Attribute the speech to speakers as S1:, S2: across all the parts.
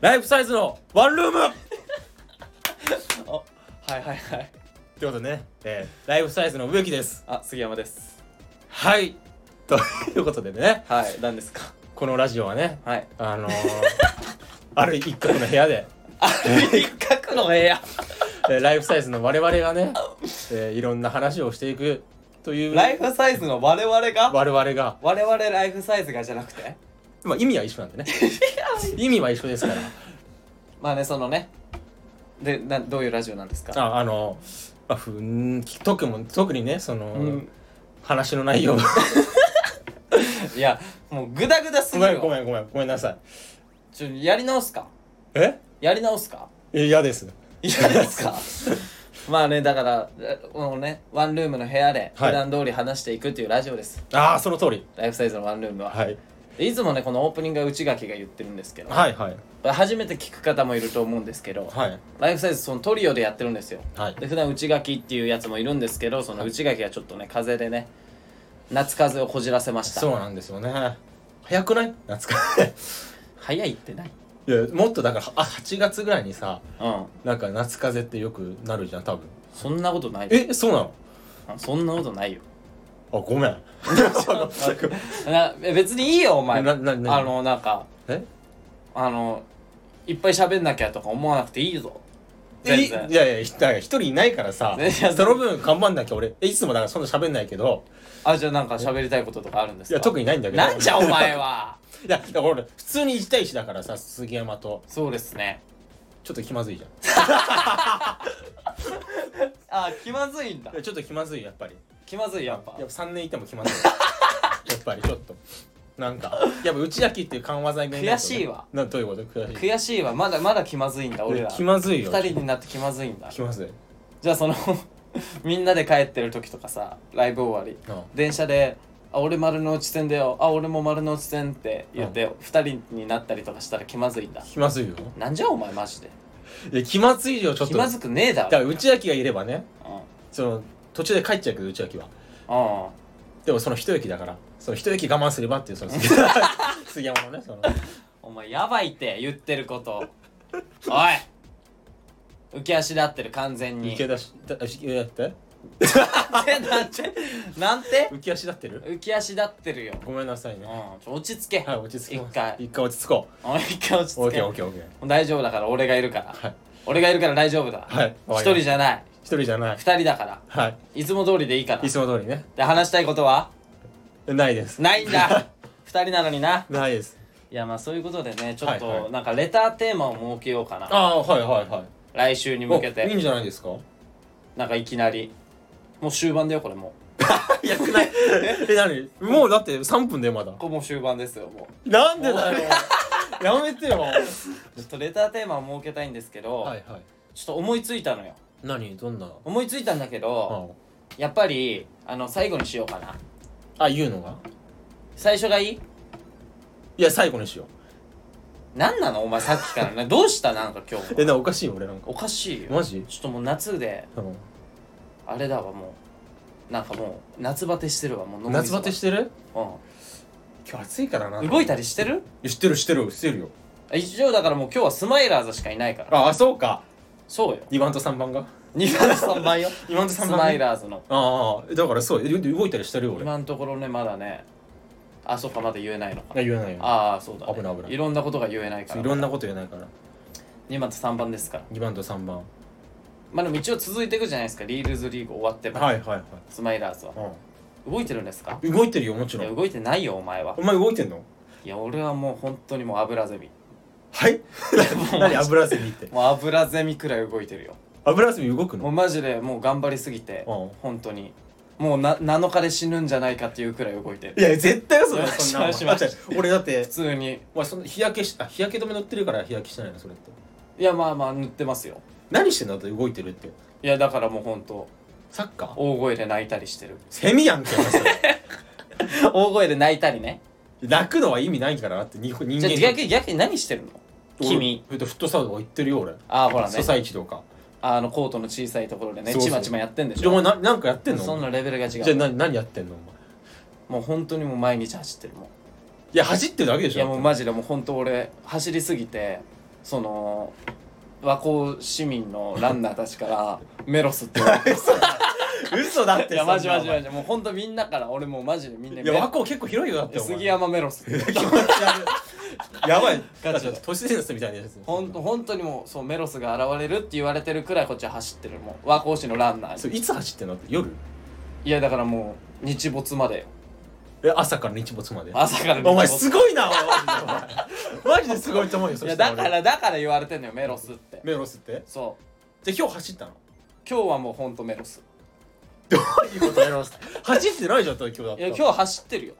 S1: ライフサイズのワンル ーム
S2: はいはいはい
S1: ということでね、えーライフサイズの植木です。
S2: あ杉山です
S1: はい。ということでね、
S2: はい何ですか
S1: このラジオはね、
S2: はい
S1: あのーある一角の部屋で、
S2: あ 一角の部屋
S1: えーライフサイズの我々がね、えーいろんな話をしていくという
S2: ライフサイズの我々が
S1: 我々が、
S2: 我々ライフサイズがじゃなく て
S1: まあ、意味は一緒なんでね 意味は一緒ですから
S2: まあねそのねでなどういうラジオなんですか
S1: ああの、まあ、ふん特も特にねその、
S2: うん
S1: 話の内容が
S2: いやもうグダグダす
S1: ご
S2: ぎ
S1: めん
S2: る
S1: ご
S2: わ
S1: めんごめんごめんなさい
S2: ちょやり直すか
S1: え
S2: やり直すか
S1: え嫌です
S2: いやですか まあねだからえもうねワンルームの部屋で
S1: はい
S2: 普段通り話していくっていうラジオです、
S1: ああその通り、
S2: ライフサイズのワンルームは、
S1: はい、
S2: でいつもねこのオープニングは内垣が言ってるんですけど
S1: はいはい
S2: 初めて聞く方もいると思うんですけど、
S1: はい
S2: ライフサイズそのトリオでやってるんですよ
S1: はい
S2: で普段内垣っていうやつもいるんですけどその内垣がちょっとね風邪でね夏風邪をこじらせました
S1: そうなんですよね早くない夏か
S2: 早いってない
S1: いやもっとだからあ8月ぐらいにさ
S2: うん
S1: なんか夏風邪ってよくなるじゃん多分
S2: そんなことないよ
S1: えそうなの
S2: うんそんなことないよ
S1: あご めん
S2: なえ別にいいよお前
S1: ななな
S2: あのなんか
S1: え
S2: あのいっぱい喋んなきゃとか思わなくていいぞ
S1: え
S2: 全
S1: い
S2: 然
S1: いやいやだから一人いないからさ
S2: 全然
S1: その分頑張んなきゃ俺えいつもだからそんな喋んないけど
S2: あじゃあなんか喋りたいこととかあるんです
S1: い
S2: か
S1: や特
S2: に
S1: にないんだけど
S2: なんじゃお前は
S1: いやだから俺普通に1対1だからさ杉山と
S2: そうですね
S1: ちょっと気まずいじゃん
S2: あ気まずいんだ
S1: いやちょっと気まずいやっぱり
S2: 気まずいやっぱ
S1: やっぱ3年いても気まずい やっぱりちょっとなんかやっぱ内きっていう緩和剤がいないとね
S2: 悔しいわ
S1: などういうこと悔しい
S2: 悔しいわまだまだ気まずいんだ俺ら
S1: いや気まずいよ
S2: 二人になって気まずいんだ
S1: 気まずい
S2: じゃあその みんなで帰ってる時とかさライブ終わり
S1: うん
S2: 電車で「あ俺丸の内線だよあ俺も丸の内線」って言って二人になったりとかしたら気まずいんだ
S1: 気まずいよ
S2: なんじゃお前マジで
S1: いや気まずいよちょっと
S2: 気まずくねえだ
S1: だから
S2: ろ
S1: 内きがいればね
S2: うん
S1: その途中で帰っちゃうけど内きは
S2: うん
S1: でもその一駅だからその一駅我慢すればっていう その杉山のねその
S2: お前やばいって言って ることおい浮き足立ってる完全
S1: 浮
S2: に
S1: き 出しだしえって
S2: なんてなんて なんて
S1: 浮き足立ってる
S2: 浮き足立ってるよ、
S1: ごめんなさいうね
S2: ん、ちょ落ち着け、
S1: はい落ち着きます
S2: 一回
S1: 一回落ち着こ
S2: お前一回落ち
S1: うオ
S2: 着
S1: ッケー
S2: けも
S1: オッケーオッケー
S2: う大丈夫だから俺がいるから、
S1: はい
S2: 俺がいるから大丈夫だ
S1: はい
S2: 一、人
S1: ゃ
S2: じゃない
S1: 一人じゃない
S2: 二人だから
S1: はい
S2: いつも通りでいいから
S1: いつも通りね
S2: で話したいことは
S1: ないです
S2: ないんだ二人なのにな
S1: ないです
S2: いやまあそういうことでねちょっと、
S1: はいはい
S2: なんかレターテーマを設けようかな
S1: ああはいはいはい
S2: 来週に向け
S1: おいい
S2: て
S1: んじゃない ですか
S2: なんかいきなりもう終盤だよこれもう
S1: やくない え何もうだって3分でまだ
S2: ここもう終盤ですよもう
S1: なんで だよやめてよは
S2: ちょっとレターテーマを設けたいんですけど、
S1: いはい
S2: ちょっと思いついたのよ
S1: 何どんな
S2: 思いついたんだけ
S1: あ
S2: ど、やっぱりあの最後にしようかな
S1: あ言うのが
S2: 最初がいい
S1: いや最後にしよ
S2: 何なのお前さっきからね どうしたなんか今日
S1: うえなおかしい俺なんか
S2: おかしいよ
S1: マジ
S2: ちょっともう夏で
S1: うん
S2: あれだわもうなんかもう夏バテしてるわもう脳み
S1: 夏
S2: そが
S1: バテしてる
S2: う
S1: 今日暑いからなん
S2: 動い
S1: た
S2: たりしてる
S1: 知ってる知ってる知ってるよ
S2: 一応だからもう今日はスマイラーズしかいないから
S1: ああそうか
S2: そうよ
S1: 2番と3番が
S2: 2番と3番よ
S1: 2番と
S2: ス
S1: 3
S2: マ
S1: 番
S2: イ
S1: が
S2: ラーズの
S1: ああだからそうえ動いたりしてるよ俺あ
S2: 今のところねまだねあそうかまだ言えないのか
S1: 言わないよ
S2: ああそうだ、ね、
S1: 危ない危ない
S2: ろんなことが言えないか
S1: そう
S2: ら
S1: いろんなこと言えないから
S2: 2番と3番ですから
S1: 2番と3番
S2: まあでも一応続いていくじゃないですかリールズリーグ終わっても、
S1: はいはい
S2: スマイラーズは
S1: はい
S2: 動いてるんですか
S1: うん動いてるよもち
S2: い
S1: ろ
S2: や
S1: ん
S2: 動いてないよお前は
S1: お前動いてんの
S2: いや俺はもう本当にもう油ゼミ
S1: はい
S2: も う
S1: 何油ゼミって
S2: もう油ゼミくらい動いてるよ
S1: 油ゼミ動く
S2: もう
S1: の
S2: マジでもう頑張りすぎて
S1: うん
S2: 本当にもうな7日で死ぬんじゃないかっていうくらい動いて
S1: い
S2: る
S1: や絶対嘘だよそんなの
S2: しまし
S1: だ
S2: ま
S1: って俺だって
S2: 普通に
S1: お前その日焼けしあ日焼け止め塗ってるから日焼けしてないのそれって
S2: いやまあまあ塗ってますよ
S1: 何してんだって動いてるって
S2: いやだからもう本当
S1: サッカー
S2: 大声で泣いたりしてる
S1: セミやんけお前それ
S2: 大声で泣いたりね
S1: 泣くのは意味ないからだって日本人
S2: じゃ
S1: 間
S2: あ逆に逆に何してるの君
S1: 俺えっとフットサルとか行ってるよ俺
S2: ああほらね
S1: ソサイチとか
S2: あのコートの小さいところでね
S1: そうそう
S2: ちまちまやってんでし
S1: じゃあお
S2: ょ
S1: 前ななんかやってんの
S2: そんなレベルが違
S1: じゃあ
S2: う
S1: な何やってんのお前
S2: もう本当にもう毎日走ってるも
S1: いや走ってるだけで
S2: う
S1: し
S2: い
S1: ょ
S2: やもうマジでもう本当俺走りすぎてその和光市民のランナーたち からメロスって言われて
S1: 嘘だって
S2: いやマジマジマ
S1: ジ
S2: ジもう本当みんなから俺もうマジでみんない
S1: や和光結構広いよだってお前
S2: 杉山メロスっ て
S1: 気持ち悪いやばい
S2: ガチで
S1: 都市伝説みたいなやつ
S2: 本当本当にもうそうメロスが現れるって言われてるくらいこっちは走ってるもう和光市のランナ
S1: そ
S2: ー
S1: れ
S2: に
S1: いつ走ってんの夜
S2: いやだからもう日没までよ
S1: え朝から日没まで
S2: 朝から日没
S1: お前すごいなお前お前マジですごいと思うよそ
S2: い
S1: し
S2: や
S1: た
S2: だ
S1: 俺
S2: からだから言われてんのよメロスって
S1: メロスって
S2: そう
S1: じゃあ今日走ったの
S2: 今日はもうほんとメロス
S1: どういうことメロス走ってないじゃん東京だっ
S2: い
S1: た
S2: や
S1: ら
S2: 今日走ってるよ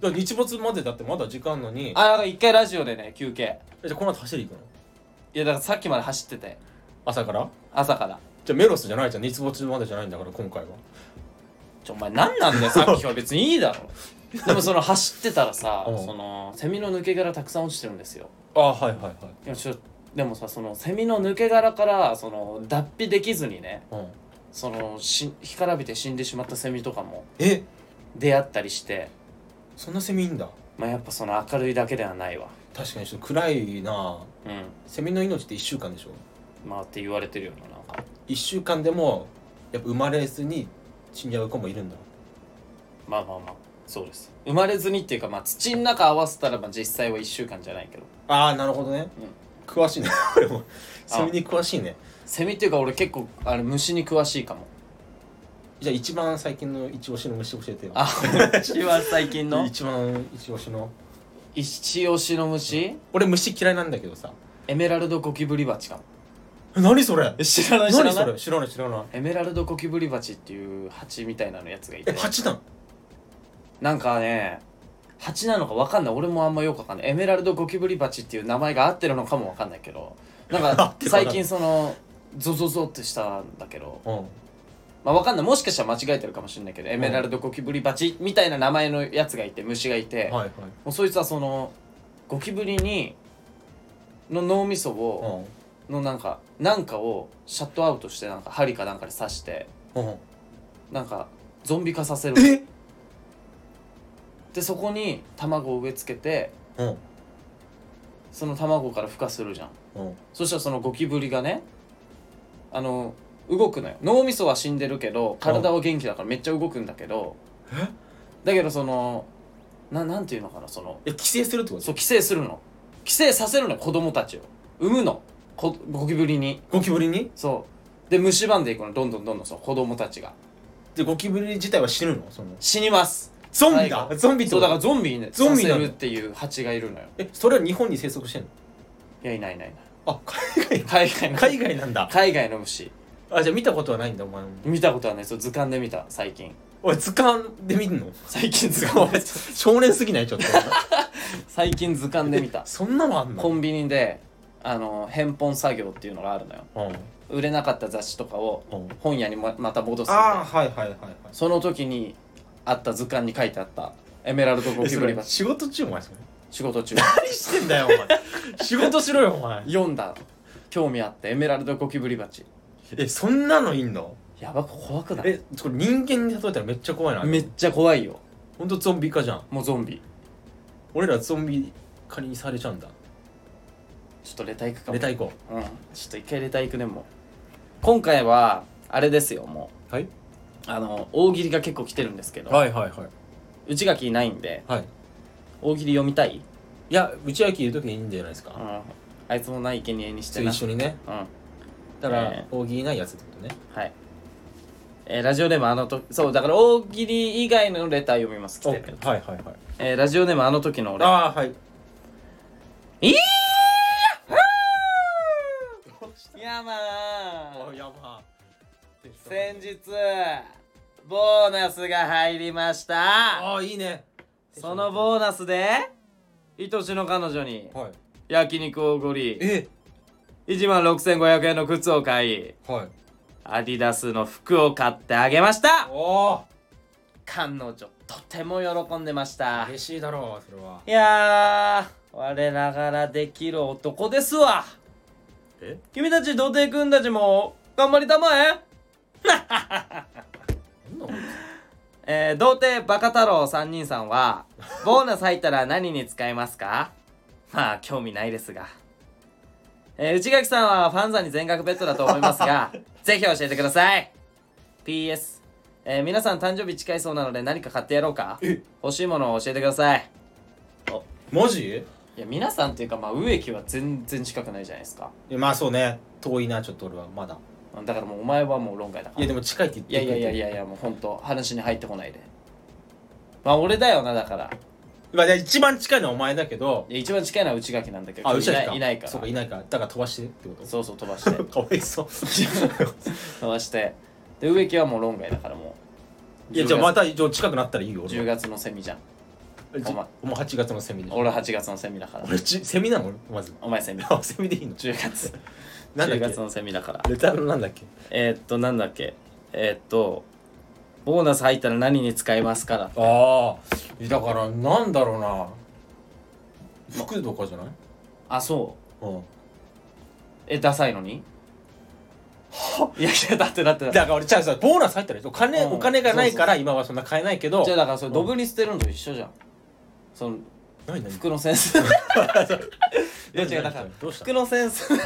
S1: だから日没までだってまだ時間あんのに
S2: あなんか一回ラジオでね休憩
S1: えじゃあこの後走り行くの
S2: いやだからさっきまで走ってて
S1: 朝から
S2: 朝から
S1: じゃあメロスじゃないじゃん日没までじゃないんだから今回は
S2: ちょお前何なんだよさっきは別にいいだろでもその走ってたらさ
S1: うん
S2: そのセミの抜け殻たくさん落ちてるんですよ
S1: ああはいはいはい
S2: でもちょでもさそのセミの抜け殻からその脱皮できずにね
S1: うん、
S2: そのし干からびて死んでしまったセミとかも
S1: え
S2: 出会ったりして
S1: そんなセミいんだ
S2: まあやっぱその明るいだけではないわ
S1: 確かにちょっと暗いな
S2: うん
S1: セミの命って1週間でしょ
S2: まあって言われてるよななんか
S1: 1週間でもやっぱ生まれずに死んじゃう子もいるんだ
S2: まあまあまあそうです生まれずにっていうかまあ土の中合わせたらまあ実際は1週間じゃないけど
S1: ああなるほどね、詳しいね 俺もセミに詳しいね
S2: セミっていうか俺結構あれ虫に詳しいかも
S1: じゃあ一番最近の一押しの虫教えてよ
S2: あ虫は最近の
S1: 一番一押しの
S2: 一押しの虫
S1: 俺虫嫌いなんだけどさ
S2: エメラルドゴキブリバチかも
S1: え何それ
S2: え知らな
S1: 何それ知らない知らない
S2: エメラルドゴキブリバチっていう蜂みたいなのやつがい
S1: え
S2: て
S1: 蜂なの
S2: なんかね蜂なのかわかんない俺もあんまよくわかんないエメラルドゴキブリバチっていう名前が合ってるのかもわかんないけどなん
S1: 合っ
S2: か
S1: てる
S2: 最近そのゾゾゾってしたんだけど
S1: うん
S2: まあ、わかんないもしかしたら間違えてるかもしれないけど、エメラルドゴキブリバチみたいな名前のやつがいて虫がいて、
S1: はいはい
S2: もうそいつはそのゴキブリにの脳みそを、
S1: う
S2: のなんかなんかをシャットアウトしてなんか針かなんかで刺して
S1: んうん
S2: なんかゾンビ化させる
S1: え
S2: でそこに卵を植え付けて
S1: うん
S2: その卵から孵化するじゃん
S1: うん
S2: そしたらそのゴキブリがねあの動くのよ脳みそは死んでるけど体は元気だからめっちゃ動くんだけど
S1: え
S2: だけどそのななんていうのかなその
S1: え寄生するってこと
S2: そう寄生するの寄生させるのよ子供たちを産むのこゴキブリに
S1: ゴキブリに
S2: そうで蝕んでいくのどんどんどんどんそう子供たちが
S1: でゴキブリ自体は死ぬのその
S2: 死にます
S1: ゾンビ
S2: 最
S1: だ
S2: 後
S1: ゾンビって
S2: そう
S1: こと
S2: だからゾンビにね
S1: ゾンビな
S2: さ
S1: の
S2: せるっていう蜂がいるのよ
S1: えそれは日本に生息してんの
S2: いやいないいないい
S1: あ海
S2: ない海外
S1: 外
S2: の
S1: 海外なんだ
S2: 海外の虫
S1: あじゃあ見たことはないんだお前も
S2: 見たことはないそう図鑑で見た最近
S1: おい図鑑で見んの
S2: 最近図
S1: お
S2: 鑑
S1: 前
S2: で
S1: 少年すぎないちょっと
S2: 最近図鑑で見た
S1: そんなのあんの
S2: コンビニであの返本作業っていうのがあるのよ
S1: うんうん
S2: 売れなかった雑誌とかを本屋にままた戻すみたいな
S1: ああはいはいはいはい
S2: その時にあった図鑑に書いてあったエメラルドゴ
S1: え
S2: キ
S1: そ
S2: ブリ
S1: れ
S2: バチ
S1: 仕事中お前それ
S2: 仕事中
S1: 何してんだよお前 仕事しろよお前
S2: 読んだ興味あってエメラルドゴキブリバチ
S1: えそんなのいんの
S2: やば怖くない
S1: えこれ人間に例えたらめっちゃ怖いな
S2: めっちゃ怖いよ
S1: ほんとゾンビ化じゃん
S2: もうゾンビ
S1: 俺らゾンビ化にされちゃうんだ
S2: ちょっとレタ行くかも
S1: レタ行こ
S2: うんちょっと一回レタ行くねもう今回はあれですよも
S1: うはいう
S2: あの大喜利が結構来てるんですけど、
S1: はいはいはい
S2: 内垣いないんで
S1: はい
S2: 大喜利読みたい、
S1: いや内明いる時にいいんじゃないです
S2: う
S1: か
S2: ん、あいつもない生贄にし
S1: そ
S2: て
S1: う
S2: な
S1: 一緒にね
S2: うん
S1: だから、
S2: え
S1: 大喜利ないやつってことね
S2: はい。えーラジオネームあのとそうだから大喜利以外のレター読みます来てる、
S1: はいはいはい
S2: えーラジオネームあの時の俺
S1: ああ はい
S2: いーやまー
S1: やば
S2: 先日ボーナスが入りました
S1: ああいいね
S2: そのボーナスで愛しの彼女に
S1: はい
S2: 焼肉をおごり
S1: え
S2: 1万6500円の靴を買い
S1: はい
S2: アディダスの服を買ってあげました
S1: お
S2: 彼女とても喜んでました
S1: お嬉しいだろうそれはい
S2: やー、我ながらできる男ですわ。
S1: え
S2: 君たち童貞君たちも頑張りたまえ。
S1: なんなの
S2: えー、童貞バカ太郎3人さん は、ボーナス入ったら何に使いますかまあ、興味ないですが。えー内垣さんはファンザに全額ベッドだと思います がぜひ教えてください PS、えー皆さん誕生日近いそうなので何か買ってやろうか
S1: え
S2: 欲しいものを教えてください
S1: マジ
S2: いや皆さんっていうかまあ植木は全然近くないじゃないですか
S1: いやまあそうね遠いなちょっと俺はまだ
S2: だからもうお前はもう論外だか
S1: い
S2: ら
S1: や
S2: い
S1: でも近いって言って
S2: やいやいやいやいやもう本当話に入ってこないでまあ俺だよなだから
S1: まあじゃあ一番近いのはお前だけど
S2: いや一番近いのは内垣なんだけど
S1: あ
S2: 今
S1: う
S2: 日
S1: ち
S2: い
S1: ら
S2: な
S1: しか
S2: いいないから
S1: そうかいないからだから飛ばしてってこと
S2: そうそう飛ばして
S1: かわいそう
S2: 飛ばしてで植木はもう論外だからもう
S1: い
S2: い
S1: やじゃあまた一応近くなったらいいよ俺
S2: 10
S1: は
S2: 月のセミじゃん
S1: じ
S2: お前
S1: お前8月のセミでしょ
S2: 俺は8月のセミだから
S1: 俺ちセミなのまず
S2: お前セミ10
S1: あ セミでいいの
S2: 月
S1: なんだっ
S2: 10
S1: け
S2: 月のセミだから
S1: レタルなんだっけ
S2: えーっとなんだっけえーっとボーナス入ったら何に使いますから
S1: ああだからなんだろうな服とかじゃない
S2: あそう
S1: うん
S2: えダサいのにいやいやだってだってだって
S1: だから俺ちゃうさボーナス入ったらいいお金
S2: うん
S1: お金がないから今はそんな買えないけど
S2: じゃあだからそれ
S1: うん
S2: ドブに捨てるのと一緒じゃんその
S1: 何何
S2: 服のセン スいや違うだから
S1: どうした
S2: 服のセンスい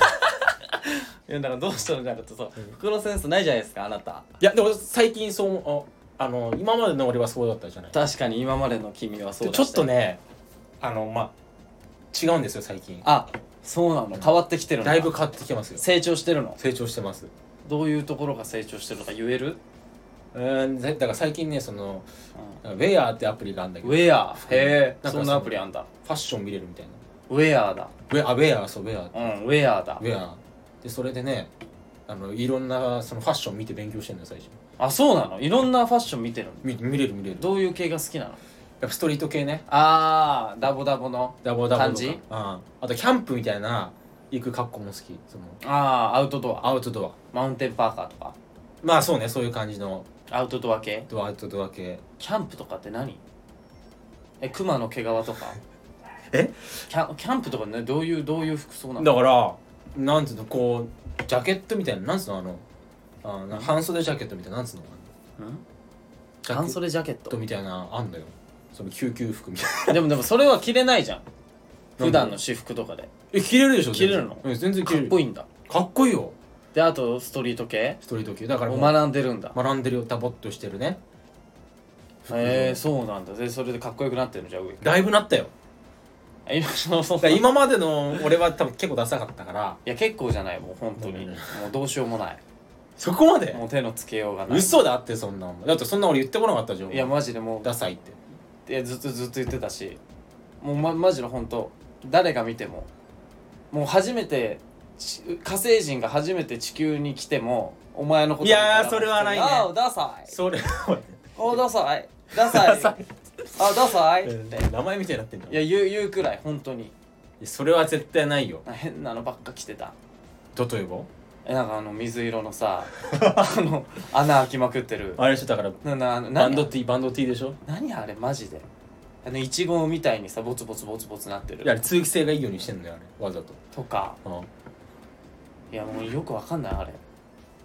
S2: やだからどうしたのじゃなくてそう
S1: うん
S2: 服のセンスないじゃないですかあなた
S1: いやでも最近そう思うああの今までの俺はそうだったじゃない
S2: 確かに今までの君はそう
S1: で
S2: だ
S1: ちょっとねあのまあ違うんですよ最近
S2: あそうなの変わってきてるの
S1: だいぶ変わってきてますよ
S2: 成長してるの
S1: 成長してます
S2: どういうところが成長してるのか言える、
S1: うーんぜだから最近ねそのなんかウェアってアプリがあるんだけ
S2: ウ
S1: どフ
S2: ェアへえ
S1: なんか
S2: そんなアプリあんだ
S1: ァッション見れるみたいな
S2: ウェアだ
S1: ウェアあウェアそうウェア
S2: うんウェアだ
S1: ウェアでそれでねあのいろんなそのファッション見て勉強してんのよ最初
S2: あそうなのいろんなファッション見てるの
S1: 見見れる見れるやっ
S2: どういう系が好きなの
S1: ぱストリート系ね
S2: あーダボダボの
S1: ダボダボとか
S2: 感じ
S1: うん、あとキャンプみたいな行く格好も好きその
S2: ああアウトドア
S1: アウトドア
S2: マウンテンパーカーとか
S1: まあそうねそういう感じの
S2: アウトドア系
S1: ドアウトドア系
S2: キャンプとかって何え熊の毛皮とか
S1: え
S2: キャンキャンプとかねどういうどういう服装なの
S1: だからなんつうのこうジャケットみたいななんつうのあのあな半袖ジャケットみたいななんつうの
S2: ん
S1: ジャケ
S2: 半
S1: ッ
S2: 袖ジャケッ
S1: ト
S2: ト
S1: みたいなあんだよその救急服みたいな
S2: でもでもそれは着れないじゃん
S1: で
S2: 普段の私服とかで
S1: え着れるでしょ
S2: 着れるの
S1: 全然うん全然着
S2: か
S1: れ
S2: っ
S1: る
S2: こいいんだ
S1: かっこいいよ
S2: であとストリート系
S1: ストリート系だから
S2: を
S1: もう
S2: 学んでるんだ
S1: 学んでるよダボっとしてるね
S2: へえそうなんだでそれでかっこよくなってるのじゃあ上
S1: だいぶなったよ
S2: あ今そうそう
S1: だから今までの俺は多分結構ダサかったから
S2: いや結構じゃないもう本当に
S1: うん
S2: もうどうしようもない
S1: そこまで
S2: もう手のつけようがない
S1: 嘘だってそんなんだってそんな俺言ってこなかったじゃん
S2: いやマジでもう
S1: ダサいって
S2: いやずっとずっと言ってたしもう、ま、マジの本当誰が見てももう初めてち火星人が初めて地球に来てもお前のこと
S1: いやーそれはないね
S2: ああダサい
S1: それ
S2: おダサいダサい
S1: ダサ
S2: あダサ い
S1: え
S2: って
S1: ー名前みたいになってんじゃん
S2: いや言う言うくらい本当に
S1: いやそれは絶対ないよ
S2: 変なのばっか着てた
S1: 例えば
S2: えなんかあの水色 のさあの穴開きまくってる
S1: あれでしょだから
S2: ななな
S1: バンド T バンド T でしょ
S2: 何あれマジであのイチゴみたいにさボツボツボツボツなって
S1: いやあ
S2: る
S1: れ通気性がいいようにしてんのよあれわざと
S2: とか
S1: うん
S2: いやもうよくわかんないあれ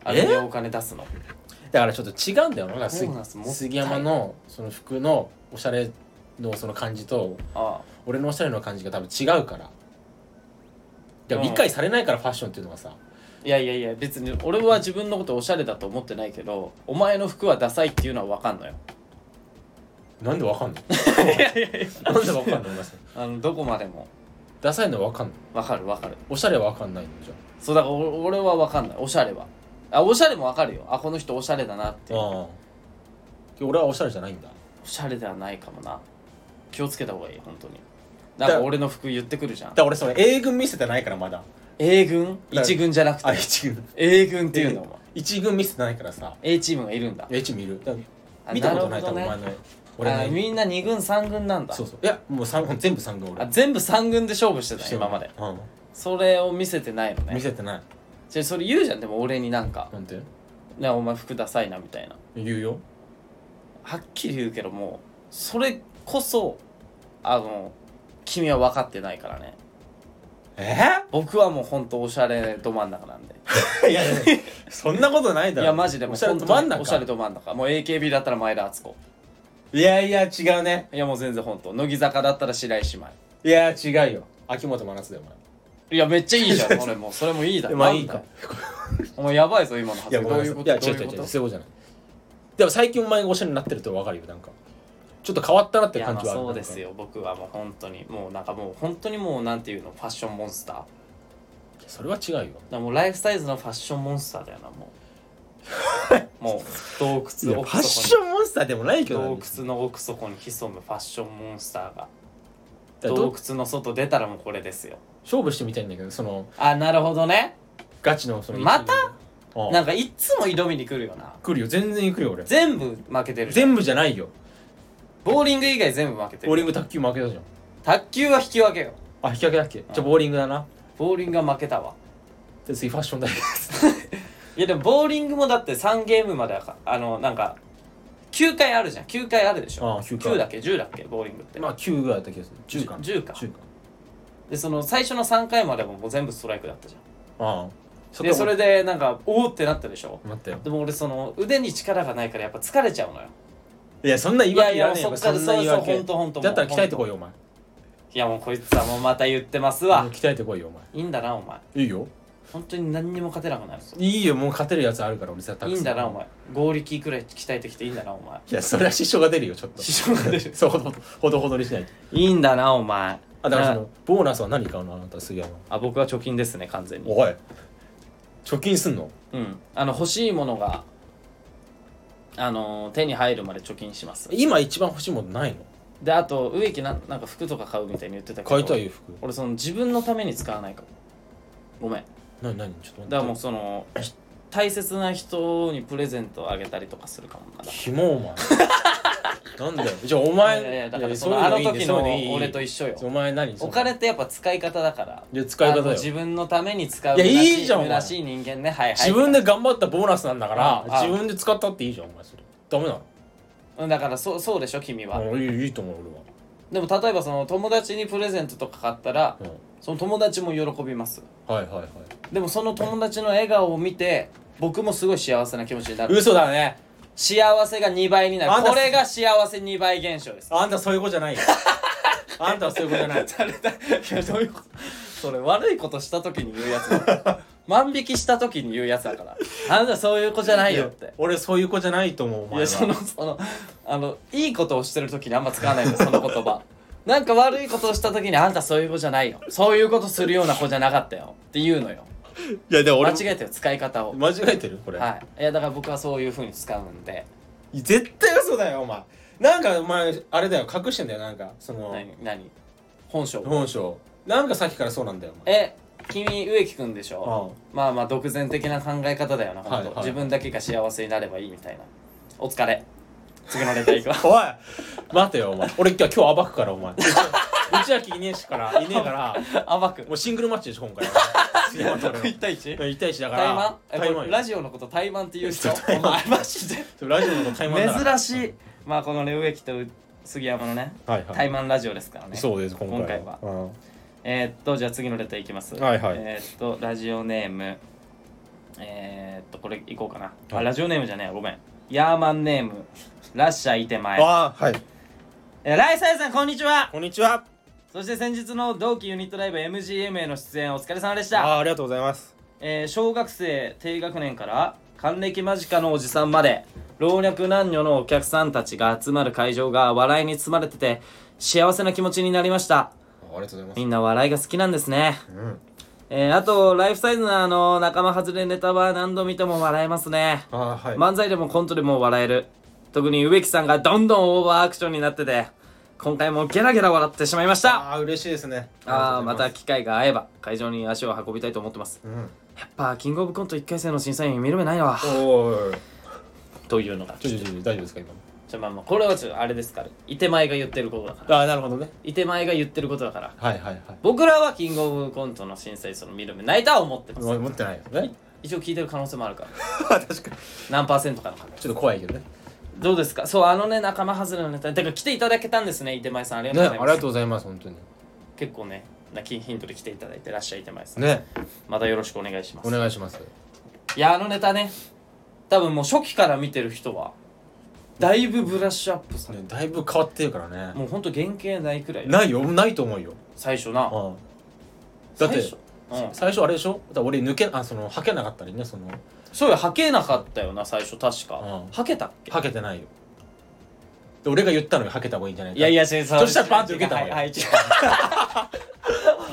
S2: あれでお金出すの
S1: だからちょっと違うんだよなだから
S2: そ
S1: す
S2: うなんですもったい
S1: 杉山のその服のおしゃれのその感じと
S2: あ
S1: 俺のおしゃれの感じが多分違うからいや
S2: うん
S1: 理解されないからファッションっていうのがさ
S2: いやいやいや別に俺は自分のことおしゃれだと思ってないけどお前の服はダサいっていうのはわかんのよ
S1: なんでわ かんのなんでわかんのお前それ
S2: あのどこまでも
S1: ダサいのはわかんの
S2: わかるわかる
S1: おしゃれはわかんないのじゃ
S2: そうだからお俺はわかんないおしゃれはあおしゃれもわかるよあこの人おしゃれだなって
S1: あああ俺はおしゃれじゃないんだ
S2: おしゃれではないかもな気をつけた方がいい本当になんか俺の服言ってくるじゃん
S1: だから俺それ A 軍見せてないからまだ
S2: A 軍
S1: だ
S2: 1軍じゃなく
S1: あ
S2: て
S1: 一軍
S2: A 軍っていうのも
S1: 一軍見せてないからさ
S2: A チームがいるんだ
S1: A チームいるだか
S2: あ
S1: ら見たことない
S2: な
S1: 多
S2: るほ
S1: 分
S2: どね
S1: お前の俺
S2: あ
S1: の
S2: みんな2軍3軍なんだ
S1: そうそういやもう三本全部三軍俺
S2: あ全部3軍で勝負してた今まで
S1: うん
S2: それを見せてないの
S1: 見
S2: ね
S1: せてない
S2: じゃあそれ言うじゃんでも俺になんか
S1: なんて
S2: 「ねお前服ダサいな」みたいな
S1: 言うよ
S2: はっきり言うけどもうそれこそあの君は分かってないからね
S1: え
S2: 僕はもうほんとおしゃれど真ん中なんで
S1: ーいやいやそんなことない
S2: い
S1: だろ
S2: やマジで
S1: お
S2: もう
S1: しゃれ
S2: ほん
S1: ど
S2: と
S1: 真ん中
S2: おしゃれど真ん中もう AKB だったら前田敦子
S1: いやいや違うね
S2: いやもう全然ほんと乃木坂だったら白石麻
S1: い
S2: 衣
S1: や違うよ秋元真夏だよお前
S2: いやめっちゃいいじゃん俺もうそれもいいだ ろ
S1: まあいいか
S2: お前やばいぞ今の
S1: い
S2: 発
S1: や
S2: 言
S1: ご
S2: どう
S1: めん
S2: いう
S1: な
S2: こ
S1: さ
S2: と
S1: いいや違う違う違
S2: どういうこ
S1: う
S2: と
S1: そういうことじゃないでも最近お前がおしゃれになってると分かるよなんかちょっと変わったなって
S2: いや
S1: 感
S2: まあ
S1: じはある
S2: そうですよ僕はもう本当にもうなんかもう本当にもうなんていうのファッションモンスターだか
S1: なんかそれは違うよ
S2: らもうライフサイズのファッションモンスターだよなも うもう洞
S1: いや
S2: 窟
S1: フ
S2: 奥
S1: ァッシ
S2: 底
S1: ョンモンスターでもないけ
S2: に
S1: どな
S2: 洞窟の奥底に潜むファッションモンスターが
S1: だからど
S2: 洞窟の外出たらもうこれですよ
S1: 勝負してみたいんだけどその
S2: あなるほどね
S1: ガチのその
S2: また
S1: ああ
S2: なんかいっつも挑みに来るよな
S1: 来るよ全然行くよ俺
S2: 全部負けてる
S1: 全部じゃないよ
S2: ボーリング以外全部負けて
S1: ボー
S2: る
S1: リング卓球負けたじゃん
S2: 卓球は引き分けよ
S1: あ引き分けだっけじゃあボーリングだな
S2: ボーリングは負けたわ
S1: で次ファッションだよ
S2: いやでもボーリングもだって3ゲームまではかあのなんか9回あるじゃん9回あるでしょ
S1: ああ9回
S2: 9だっけ10だっけボーリングって、
S1: まあ9ぐらいだった気がする10かな
S2: 10か
S1: 10か
S2: でその最初の3回までももう全部ストライクだったじゃ
S1: ああちょ
S2: ん
S1: っ
S2: で
S1: と
S2: それでなんかおおってなったでしょ
S1: 待ってよ
S2: でも俺その腕に力がないからやっぱ疲れちゃうのよ
S1: いやそんな言い
S2: いや
S1: 訳
S2: い
S1: いら
S2: や
S1: ねえ
S2: そ
S1: よ
S2: っから
S1: ん
S2: そ
S1: な
S2: う
S1: 言い
S2: そう
S1: 訳
S2: 本当本当
S1: だったら鍛えてこ
S2: い
S1: いよお前
S2: いやもうこいつはもうまた言ってますわ
S1: うん鍛えてこいよお前
S2: いいんだなお前
S1: いいよ
S2: 本当に何にも勝てなくなるぞ
S1: いいよもう勝てるやつあるから俺絶対
S2: いいんだなお前合力くらい鍛えてきていいんだな お前
S1: いやそれは支障が出るよちょっと
S2: 師匠が出 る
S1: そうほどほどほどにしないと
S2: いいんだなお前
S1: あだからそのボーナスは何買うのあなた杉山
S2: あ僕は貯金ですね完全に
S1: おい貯金すんの
S2: うんあの欲しいものがあのー手に入るまで貯金します
S1: 今一番欲しいものないの
S2: であと植木ななんか服とか買うみたいに言ってたけど
S1: 買いたいよ服
S2: 俺その自分のために使わないかもごめん
S1: 何何ちょっと待って
S2: だからもうそのひ大切な人にプレゼントあげたりとかするかもな
S1: ひもお前なんだよじゃあお
S2: いや
S1: 前
S2: いやいやだ
S1: い
S2: か
S1: や
S2: らそ
S1: そういう
S2: のあの
S1: いいんだよ
S2: 時の
S1: そういういい
S2: 俺と一緒よ
S1: お前何そ
S2: お
S1: の
S2: 金ってやっぱ使い方だから
S1: いや使い方
S2: あの
S1: だよ
S2: 自分のために使
S1: い
S2: う
S1: や
S2: 虚し
S1: いいじゃんお前
S2: 虚しい人間ねはいはい
S1: 自分で頑張ったボーナスなんだから
S2: ああ
S1: 自分で使ったっていいじゃんお前それダメなの
S2: うんだからそうそうでしょ君は、
S1: あいいいいと思う
S2: でも例えばその友達にプレゼントとか買ったら
S1: 俺は
S2: その友達も喜びます
S1: うんはいはいはい
S2: でもその友達の笑顔を見て僕もすごい幸せな気持ちになる
S1: 嘘だね
S2: 幸せが2倍にな
S1: あん
S2: る
S1: た
S2: これが幸せ2倍現象です
S1: あんたそういう子じゃ ないよあんたはそういう子じゃない
S2: 誰だいやどういうことそれ悪いことした時に言うやつだ から万引きした時に言うやつだからあなたそういう子じゃないよって
S1: や俺そういう子じゃないと思うお前
S2: い
S1: は
S2: やそのそのあのいいことをしてる時にあんま使わないのそ の言葉なんか悪いことをした時にあんたそういう子じゃないよそういうことするような子じゃなかったよって言うのよ
S1: いやでも
S2: 間
S1: 俺
S2: 違えてる使い方を
S1: 間違えてるこれ、
S2: はいいやだから僕はそういうふうに使うんで
S1: 絶対嘘だよお前なんかお前あれだよ隠してんだよなんかその
S2: 何何本性
S1: 本性なんかさっきからそうなんだよお前
S2: え君植木君でしょ
S1: あ
S2: まあまあ独善的な考え方だよな本当、
S1: はいはい
S2: 自分だけが幸せになればいいみたいなお疲れ次のネタいく わ
S1: あおい待てよお前俺今日今日暴くからお前内秋いねえしからいねえから
S2: 暴く
S1: もうシングルマッチでしょ今回杉山と俺
S2: 1対 1?
S1: の一対一だか
S2: 怠慢
S1: ら
S2: えこれ
S1: よ
S2: ラジオのこと怠慢って 言う
S1: そ
S2: 人
S1: う怠慢
S2: お前マジで
S1: ラジオのことタイマンだから
S2: 珍しいまあこのね植木と杉山のね
S1: はいはい
S2: 怠慢ラジオですからね
S1: そうです今回
S2: 今回えーっとじゃあ次のレターいきます
S1: はいはい
S2: えーっとラジオネームえーっとこれいこうかな
S1: は
S2: あ
S1: い
S2: ラジオネームじゃねえやごめんヤーマンネームラッシャーいてま
S1: あ
S2: え
S1: あーはい
S2: えーライサイさんこんにちは
S1: こんにちは
S2: そして先日の同期ユニットライブ MGM への出演お疲れ様でし
S1: あ
S2: た
S1: ーありがとうございます
S2: えー小学生低学年から還暦間近のおじさんまで老若男女のお客さんたちが集まる会場が笑いに包まれてて幸せな気持ちになりました
S1: ありがとうござ
S2: み
S1: い
S2: んな笑いが好きなんですね、
S1: ます
S2: えーあとライフサイズのあの仲間外れネタは何度見ても笑えますね
S1: ああはい
S2: 漫才でもコントでも笑える特に植木さんがどんどんオーバーアクションになってて今回もゲラゲラ笑ってしまいました
S1: ああ嬉しいですね
S2: ああまた
S1: ありがと
S2: 機会が合えば会場に足を運びたいと思ってます
S1: うございます
S2: やっぱキングオブコント1回戦の審査員見る目ないわ
S1: うんおーい
S2: というのが
S1: ちょちょちょ大丈夫ですか今
S2: じゃあまあまあこれはちょっとあれですからいてまえが言ってることだから
S1: ああなるほどね
S2: いてまえが言ってることだから
S1: はいはいはい
S2: 僕らはキングオブコントの審査員その見る目ないとは思ってます
S1: 持ってないよね
S2: 一応聞いてる可能性もあるから
S1: 確かに
S2: 何パーセントかの確率
S1: ちょっと怖いけどね
S2: どうですかそうあのね仲間外れのネタだから来ていただけたんですねいてまえさんありが
S1: ね
S2: とう
S1: あ
S2: ござ
S1: り
S2: い
S1: が
S2: ます、
S1: とうございます本当に
S2: 結構ねなヒントで来ていただいてらっしゃいいてまえさん、
S1: ね
S2: またよろしくお願いします
S1: お願いします
S2: いやあのネタね多分もう初期から見てる人はだいぶブラッシュアップされ
S1: ねだいぶ変わってるからね
S2: もうほんと原型ないくらい
S1: ないよないと思うよ
S2: 最初な
S1: ああだって
S2: 最初うん
S1: 最初あれでしょだから俺抜けあそのはけなかったりねその
S2: そうよはけなかったよな最初確か、
S1: うん
S2: はけたっけ
S1: はけてないよで俺が言ったのよはけた方がいいんじゃないか
S2: いやいや先生
S1: そしたらパンって受けたの
S2: は
S1: よ
S2: い、はい違う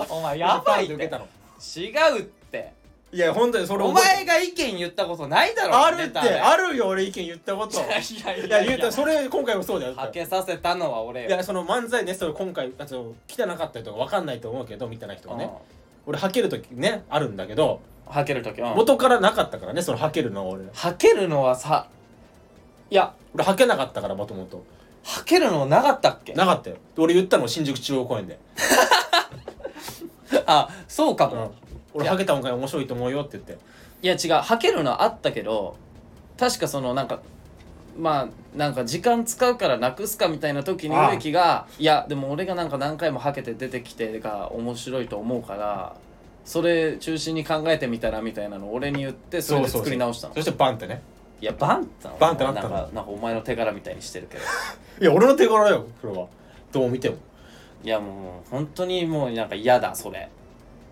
S2: お前やば
S1: パン
S2: い
S1: って
S2: っ
S1: 受け
S2: て
S1: たの
S2: 違うって
S1: いや本当にそれ
S2: お
S1: 覚え
S2: 前が意見言ったことないだろ
S1: あるってあるよ俺意見言ったこと
S2: いや
S1: い
S2: いや
S1: や
S2: い
S1: 言
S2: や
S1: うたそれ今回もそうだよだ
S2: は
S1: って
S2: けさせたのは俺よ
S1: いやその漫才ねそれ今回あの汚かったりとか分かんないと思うけどみたいな人がね俺はける時ねあるんだけど
S2: うんはけるとき、うん
S1: 元からなかったからねそのはけるのは俺
S2: はけるのはさいや
S1: 俺はけなかったからもともと
S2: はけるのなかったっけ
S1: なかったよで俺言ったの新宿中央公園で
S2: あそうか
S1: う
S2: も、
S1: ん俺はけた音階面白いと思うよって言って
S2: いや違うはけるのはあったけど確かそのなんかまあなんか時間使うからなくすかみたいな時に
S1: ああ
S2: 植木がいやでも俺がなんか何回もはけて出てきてが面白いと思うからそれ中心に考えてみたらみたいなのを俺に言ってそれで作り直したの
S1: そしてバンってね
S2: いやバンって
S1: バンってなったの
S2: なんかなんかお前の手柄みたいにしてるけど
S1: いや俺の手柄よこれはどう見ても
S2: いやもう本当にもうなんか嫌だそれ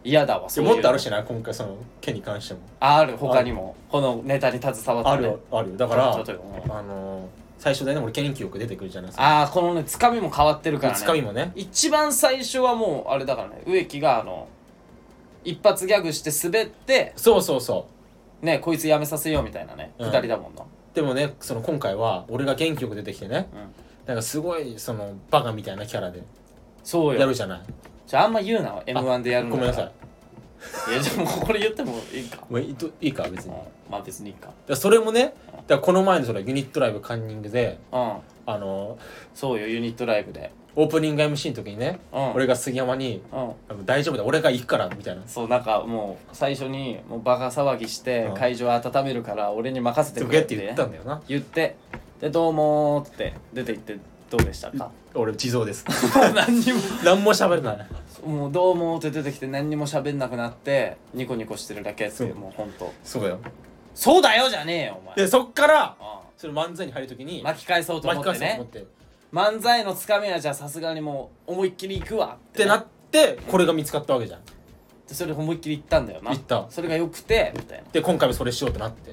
S2: 嫌だわ
S1: い
S2: そ
S1: や
S2: ういうの
S1: もっとあるしな今回その件に関しても
S2: ある他にもこのネタに携わった
S1: あ
S2: ね
S1: るよあるよだから
S2: 例えばね
S1: あのー最初でね俺研究欲出てくるじゃないですか
S2: ああこのねつかみも変わってるからね
S1: つかみもね
S2: 一番最初はもうあれだからね植木があの一発ギャグして滑って
S1: そうそうそう
S2: ねこいつやめさせようみたいなね
S1: うん
S2: 二人だもんな、
S1: でもねその今回は俺が元気よく出てきてね、
S2: うん
S1: なんかすごいそのバカみたいなキャラで
S2: そう
S1: や
S2: よ
S1: るじゃない
S2: じゃああんま言うな m 1でやる
S1: ごめんなさい
S2: いいやじゃあもうこれ言ってもいいか、
S1: もういいといいか別に
S2: うん
S1: だか、
S2: まあ別にいいから
S1: それもねだからこの前のそのユニットライブカンニングで
S2: うん
S1: あの
S2: そうよユニットライブで
S1: オープニング MC の時にね、
S2: うん
S1: 俺が杉山に
S2: うん
S1: あの「大丈夫だ俺が行くから」みたいな
S2: そうなんかもう最初にもうバカ騒ぎして
S1: うん
S2: 会場温めるから俺に任せて
S1: と
S2: く
S1: か
S2: れ
S1: や
S2: っ
S1: ってて言ったんだよな
S2: 言ってでどうもーって出て行ってどうでしたか
S1: 俺地蔵です
S2: 何にも
S1: 何も喋れない
S2: もうどうもーって出てきて何にも喋んなくなってニコニコしてるだけって
S1: そう
S2: もうほんと
S1: そうだよ
S2: そうだよじゃねえよお前
S1: でそっから
S2: あ
S1: その漫才に入る時に
S2: あ巻き返そうと思
S1: 巻
S2: っ
S1: き
S2: て
S1: 返そうと思
S2: ね
S1: ってっ
S2: 漫才のつかみはじゃあさすがにもう思いっきり行くわって
S1: なってこれが見つかったわけじゃん
S2: でそれ思いっきり行ったんだよな
S1: 行った
S2: それがよくてみたい
S1: で今回もそれしようってなって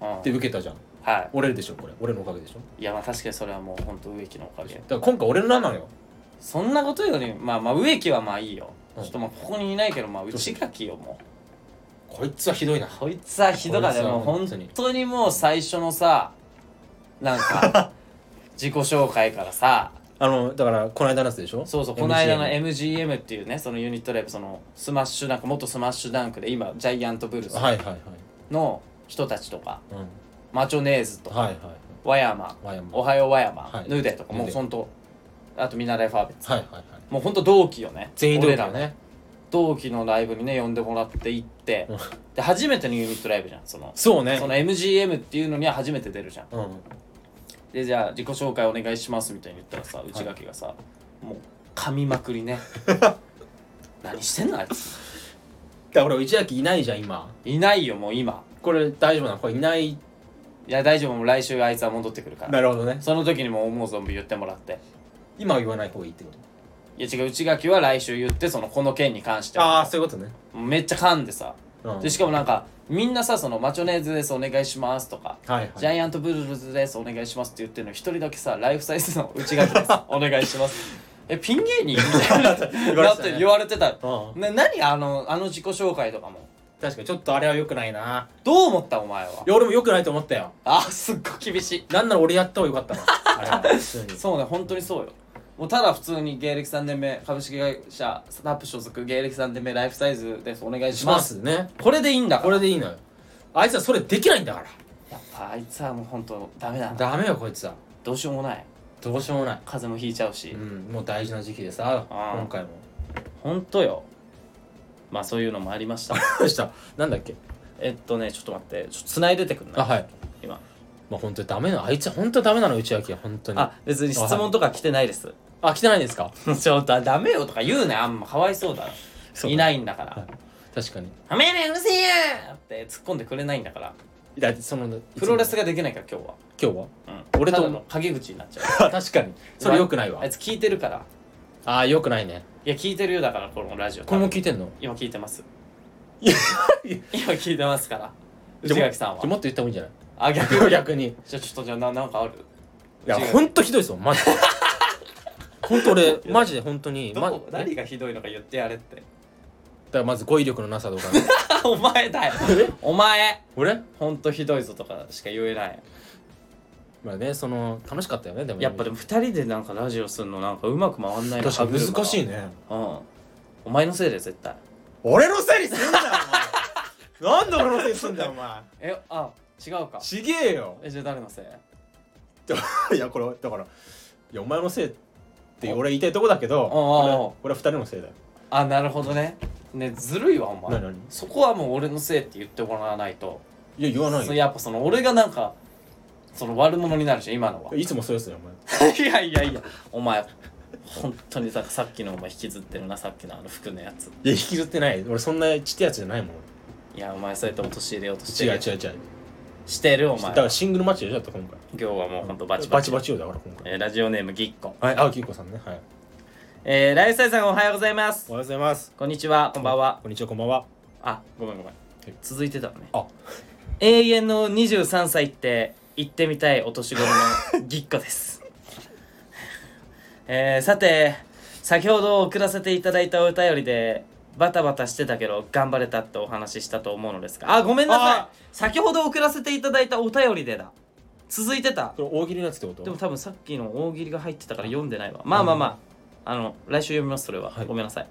S2: な、うん
S1: で受けたじゃん
S2: は
S1: 折れるでしょこれ俺のおかげでしょ
S2: いいやまあ確かにそれはもうほんと植木のおかげ
S1: だから今回俺のなんなのよ
S2: そんなことよりまあまあ植木はまあいいよ、
S1: うん
S2: ちょっとまあここにいないけどまあ内垣よもう
S1: こいつはひどいな
S2: こいつはひどかったよもう
S1: こい
S2: 本
S1: つは本当に
S2: 当にもう最初のさな んか自己紹介からさ
S1: あのだからこの間のやつでしょ
S2: そうそうこの間の
S1: MCM
S2: MGM っていうねそのユニットライブそのスマッシュダンク元スマッシュダンクで今ジャイアントブルース
S1: はいはいはい
S2: の人たちとか
S1: うん
S2: マチョネーズとか
S1: はいはいはい
S2: 和山
S1: ワインも
S2: おはよう和山、
S1: はい
S2: ヌーデとかもう
S1: ヌデ
S2: ほんとあと見習いファーベッツ
S1: はいはいはい
S2: もうほんと同期よね
S1: 全員同期だ
S2: 俺ら
S1: ね
S2: 同期のライブにね呼んでもらって行って
S1: うん
S2: で初めてのユニットライブじゃんその
S1: そうね
S2: その MGM っていうのには初めて出るじゃん
S1: うん
S2: でじゃあ自己紹介お願いしますみたいに言ったらさ内垣がさ、もう噛みまくりね 何してんのあいつ
S1: だから俺内垣いないじゃん今
S2: いないよもう今
S1: これ大丈夫なのこれいない
S2: いや大丈夫もう来週あいつは戻ってくるから
S1: るほどね
S2: その時にもう思う存分言ってもらって
S1: 今は言わない方がいいってこと
S2: いや違う内垣は来週言ってそのこの件に関しては
S1: ああそういうことね
S2: もうめっちゃ噛んでさ
S1: うん
S2: でしかもなんかみんなさそのマチョネーズですお願いしますとか
S1: はい
S2: ジャ
S1: はい
S2: イアントブルーズですお願いしますって言ってるのに一人だけさライフサイズの内 垣ですお願いしますえピン芸人みたいな
S1: 言われて
S2: だった
S1: ね
S2: て言われてた、
S1: うん
S2: ね、何あのあの自己紹介とかも
S1: 確かにちょっとあれは良くないな
S2: どう思ったお前はい
S1: や俺も良くないと思ったよ
S2: あすっごい厳しい
S1: なんなら俺やった方が良かったな あれは普通に
S2: そうね本当にそうよもうただ普通に芸歴3年目株式会社スタップ所属芸歴3年目ライフサイズですお願いし
S1: し
S2: ま
S1: ますすね
S2: これでいいんだか
S1: こ
S2: ら
S1: れでいいのよあいつはそれできないんだか
S2: やっぱあいつはもう本当ダメだ
S1: ら
S2: な
S1: ダメよこいつは
S2: どうしようもない
S1: どうしようもない
S2: 風邪もひいちゃうし、
S1: うんもう大事な時期でさ
S2: あー
S1: 今回も
S2: 本当よまあそういうのもありま した
S1: どうしたなんだっけ
S2: えっとねちょっと待ってちょっと繋いでてくんない
S1: あはい
S2: 今
S1: まあ本当にダメなあいつは本当にダメなの内訳は本当に
S2: あ別に質問とか来てないです、
S1: あ来てないんですか
S2: ちょっとダメよとか言うなあんまかわいそうだ
S1: そう
S2: いないんだから
S1: 確かに
S2: 「ダメねうるせえや!」って突っ込んでくれないんだから
S1: だってその
S2: プロレスができないから今日は、
S1: 今日は
S2: うん、
S1: 俺と
S2: ただの陰口になっちゃう
S1: 確かにそれ良くないわ
S2: あいつ聞いてるから
S1: ああよくないね
S2: いや聞いてるよだからこのラジオ
S1: これも聞いてんの
S2: 今聞いてます
S1: いや
S2: 今聞いてますから
S1: じゃ
S2: 内
S1: あも
S2: 垣さ
S1: じ
S2: ん
S1: ゃあ
S2: は
S1: もっと言った方がいいんじゃ
S2: あ逆
S1: ない
S2: にじゃ
S1: 逆にい
S2: あちょっとじゃあななんかある
S1: や
S2: 違う
S1: ほんとひどいぞマ ジでほんと俺マジで本当に
S2: ど
S1: ま
S2: こ何がひどいのか言ってやれって
S1: だからまず語彙力のなさとか
S2: お前だよ
S1: え
S2: お前
S1: 俺
S2: ほんとひどいぞとかしか言えない
S1: まあねその楽しかったよねでも
S2: やっぱでも2人でなんかラジオするのなんかうまく回んないな
S1: 確かに難しい
S2: ね
S1: ね
S2: うんお前のせいだよ絶対
S1: 俺のせいにすんだよお前なんで俺のせいにすんだよお前
S2: えあ違うか
S1: ちげえよ
S2: えじゃあ誰のせい
S1: いやこれだからいやお前のせいって俺言いたいとこだけど
S2: おおうおう
S1: これは二人のせいだよ
S2: あなるほどねねずるいわお前
S1: 何何
S2: そこはもう俺のせいって言ってもらわないと
S1: いや言わない
S2: そ
S1: よ
S2: やっぱその俺がなんかその悪者になるじゃん今のは
S1: いつもそうですよお前
S2: いやいやいやお前本当にささっきのお前引きずってるなさっきのあの服のやつ
S1: いや引きずってない俺そんなちってやつじゃないもん
S2: いやお前そうやって陥れようとして
S1: 違う
S2: る
S1: 違う違う
S2: してるお前
S1: だからシングルマッチでしょだって今回
S2: 今日はもう本当バチバ
S1: バ
S2: チ
S1: チバチよだから今回
S2: えーラジオネームぎっこ
S1: はい青木ゆう子さんねはい
S2: えー、ライフサイさんおはようございます
S1: おはようございます
S2: こんにちはこんばんは
S1: こんにちはこんばんは
S2: あごめんごめん
S1: え
S2: 続いてたわね
S1: あ
S2: 永遠の23歳って言ってみたいお年頃 のぎっこです、えー、さて先ほど送らせていただいたお便りでバタバタしてたけど頑張れたってお話ししたと思うのですがあごめんなさ
S1: あ
S2: い先ほど送らせていただいたお便りでだ続いてた
S1: これ大喜利のやつってこと
S2: でも多分さっきの大喜利が入ってたから読んでないわまあまあまああの来週読みますそれは、
S1: はい
S2: ごめんなさい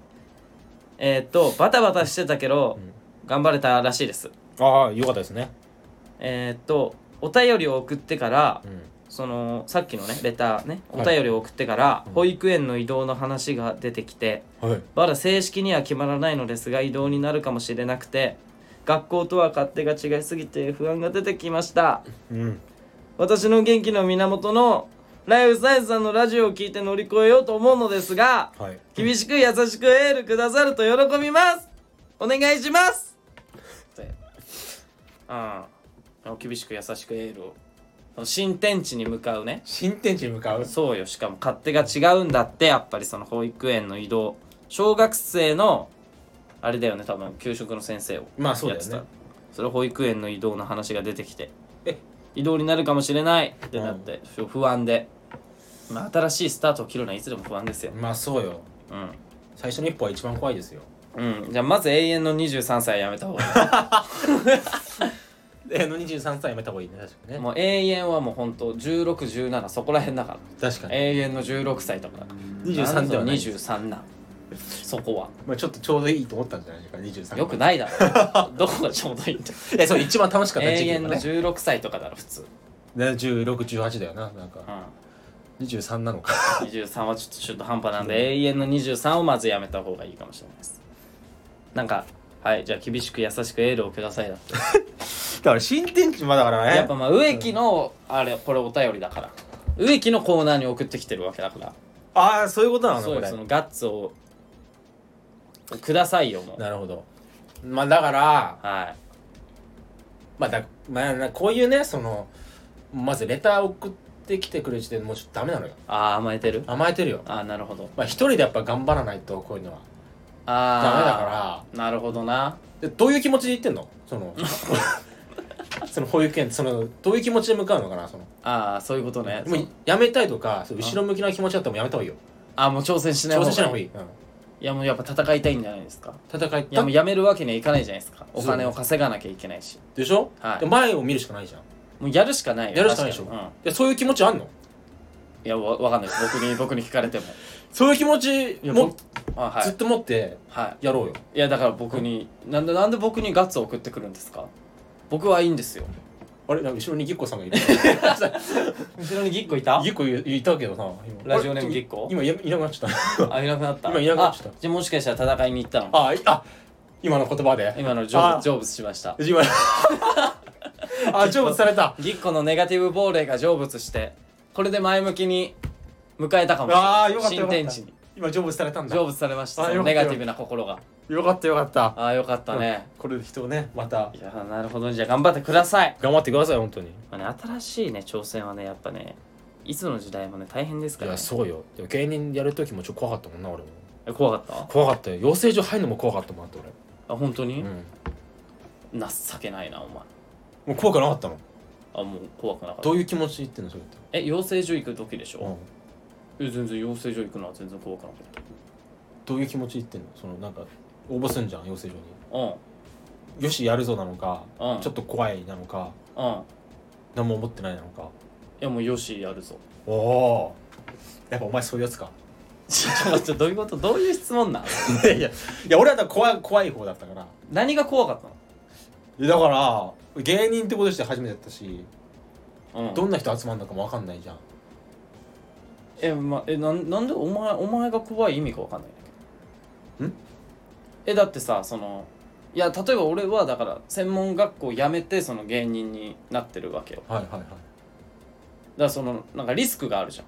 S2: えーっとバタバタしてたけど、
S1: うん
S2: 頑張れたらしいです
S1: ああよかったですね
S2: えーっとお便りを送ってから
S1: うん
S2: そのさっきのねレターね
S1: は
S2: お
S1: い
S2: 便りを送ってから、
S1: うん
S2: 保育園の移動の話が出てきて
S1: はい
S2: まだ正式には決まらないのですが移動になるかもしれなくて学校とは勝手が違いすぎて不安が出てきました
S1: うん
S2: 私の元気の源のライフサイズさんのラジオを聞いて乗り越えようと思うのですが
S1: はい
S2: 厳しく優しくエールくださると喜びますお願いしますああ厳しく優しくエールをその新天地に向かうね
S1: 新天地に向かう
S2: そうよしかも勝手が違うんだってやっぱりその保育園の移動小学生のあれだよね多分給食の先生を
S1: まあそうだ
S2: やっ
S1: よ
S2: て
S1: ね
S2: たそれ保育園の移動の話が出てきて
S1: え
S2: 移動になるかもしれないってなって、不安で、まあ、新しいスタートを切るのはいつでも不安ですよ
S1: まあそうよ
S2: うん
S1: 最初の一歩は一番怖いですよ
S2: うん、じゃあまず永遠の23歳はやめた方がい
S1: えの23歳やめた方がいいね確かに
S2: い
S1: ね
S2: もう永遠はもうほんと1617そこら辺だか
S1: 確からに
S2: 永遠の16歳とかだから
S1: 23ではない
S2: 23なそこは
S1: まあちょっとちょうどいいと思ったんじゃないですか23
S2: よくないだろ どこがちょうどいいんだ
S1: えそう一番楽しかった
S2: 永
S1: 時期
S2: 遠
S1: が
S2: の
S1: ね
S2: 16歳とかだろ普通、
S1: 1618だよななん
S2: う
S1: か
S2: ん、
S1: 23なのか
S2: 23はちょっと中途半端なんで永遠の23をまずやめた方がいいかもしれないですなんかはいじゃあ厳しく優しくエールをくださいだって
S1: だから新天地まだからね
S2: やっぱまあ植木のあれこれお便りだから植木のコーナーに送ってきてるわけだから
S1: ああそういうことなの
S2: そ
S1: こ
S2: うよ
S1: れ
S2: そのガッツをくださいよもう
S1: なるほどまあだから
S2: は
S1: まあだまあなこういうねそのまずレター送ってきてくれる時点でもうちょっとダメなのよ
S2: いあー甘えてる
S1: 甘えてるよ
S2: あーなるほど
S1: まあ一人でやっぱ頑張らないとこういうのは
S2: あ
S1: ダメだ
S2: ー
S1: から
S2: なるほどな
S1: でどういう気持ちで言ってんのそ のその保育園そのどういう気持ちで向かうのかなその
S2: ああそういうことね
S1: もうやめたいとかそう後ろ向きな気持ちだったらもうやめた方がいいよ
S2: あーもう挑戦しない
S1: 挑戦しない方
S2: が
S1: が
S2: い
S1: い
S2: い
S1: い、
S2: いやもうやっぱ戦いたいんじゃないですか
S1: うん戦い
S2: いやもう
S1: だ
S2: やめるわけにはいかないじゃないですかお金
S1: そう
S2: を稼がなきゃいけないし
S1: でしょ、
S2: はい
S1: で前を見るしかないじゃん
S2: もうやるしかないよ
S1: やるしかないでしょ
S2: 確にうん、い
S1: でそういう気持ちあんの
S2: やわわかんないです僕に 僕に聞かれても
S1: そういう気持ち
S2: いや
S1: も
S2: 僕あは
S1: ずっ
S2: い
S1: と持って
S2: は
S1: やろうよ、
S2: いいやだから僕になんでなんで僕にガッツを送ってくるんですか僕はいいんですよ
S1: あれなんか後ろにぎっこさん がいる
S2: 後ろにぎっこいた
S1: ぎっこいいたけどさ今
S2: ラジオネームぎっこ
S1: 今いやいなくなっちゃった
S2: あいなくなった
S1: 今いなくなっちゃった
S2: あじゃあもしかしたら戦いに行ったの
S1: あいあ今の言葉で
S2: 今のジョ
S1: あ
S2: ブジョブズしました
S1: 今 あ成仏された
S2: ぎっこのネガティブ亡霊が成仏してこれで前向きに迎えたかもしれ
S1: あ
S2: な
S1: あ
S2: い
S1: よかったよ
S2: 新
S1: か
S2: 天
S1: っ
S2: 地
S1: た
S2: に
S1: 今成仏されたんだ
S2: 成仏されました
S1: あー
S2: その
S1: よか
S2: ネ
S1: ったよ
S2: ガティブな心が
S1: よかったよかった
S2: ああよかったね
S1: これで人をねまた
S2: いやーなるほどじゃあ頑張ってください
S1: 頑張ってください本当に
S2: まあね、新しいね挑戦はねやっぱねいつの時代もね大変です
S1: い
S2: から、
S1: や
S2: ね、
S1: そうよでも芸人やる時もちょっと怖かったもんな俺も
S2: え怖かっ
S1: 怖かったよ養成所入るのも怖かったもんあって
S2: たあ本当に、
S1: 俺、うん、
S2: 情けないなお前
S1: もう怖くなかったの
S2: あもう怖くなかった
S1: どういう気持ちで言ってんのそれって、
S2: え養成所行く時でし
S1: う
S2: ょ、
S1: ん、
S2: え全然養成所行くのは全然怖くなかっ
S1: どういう気持ちで言ってんのそのなんか応募すんじゃん養成所
S2: たうん
S1: によしやるぞなのか、
S2: うん
S1: ちょっと怖いなのか
S2: うん
S1: 何も思ってないなのか
S2: いやもうよしやるぞ
S1: おおやっぱお前そういうやつか
S2: ちょっと待ってどういうことどういう質問な ん
S1: いやいやいや俺はだから怖い怖い方だったから
S2: 何が怖かっ
S1: いやだから芸人ってことして初めてだったし、
S2: たのうん
S1: どんな人集まるのかも分かんないじゃん
S2: え,、ま、えなんなんでお前お前が怖い意味かわかんないんだけど
S1: ん
S2: えだってさそのいや例えば俺はだから専門学校辞めてその芸人になってるわけよだ
S1: は
S2: か
S1: いはいはい
S2: らそのなんかリスクがあるじゃん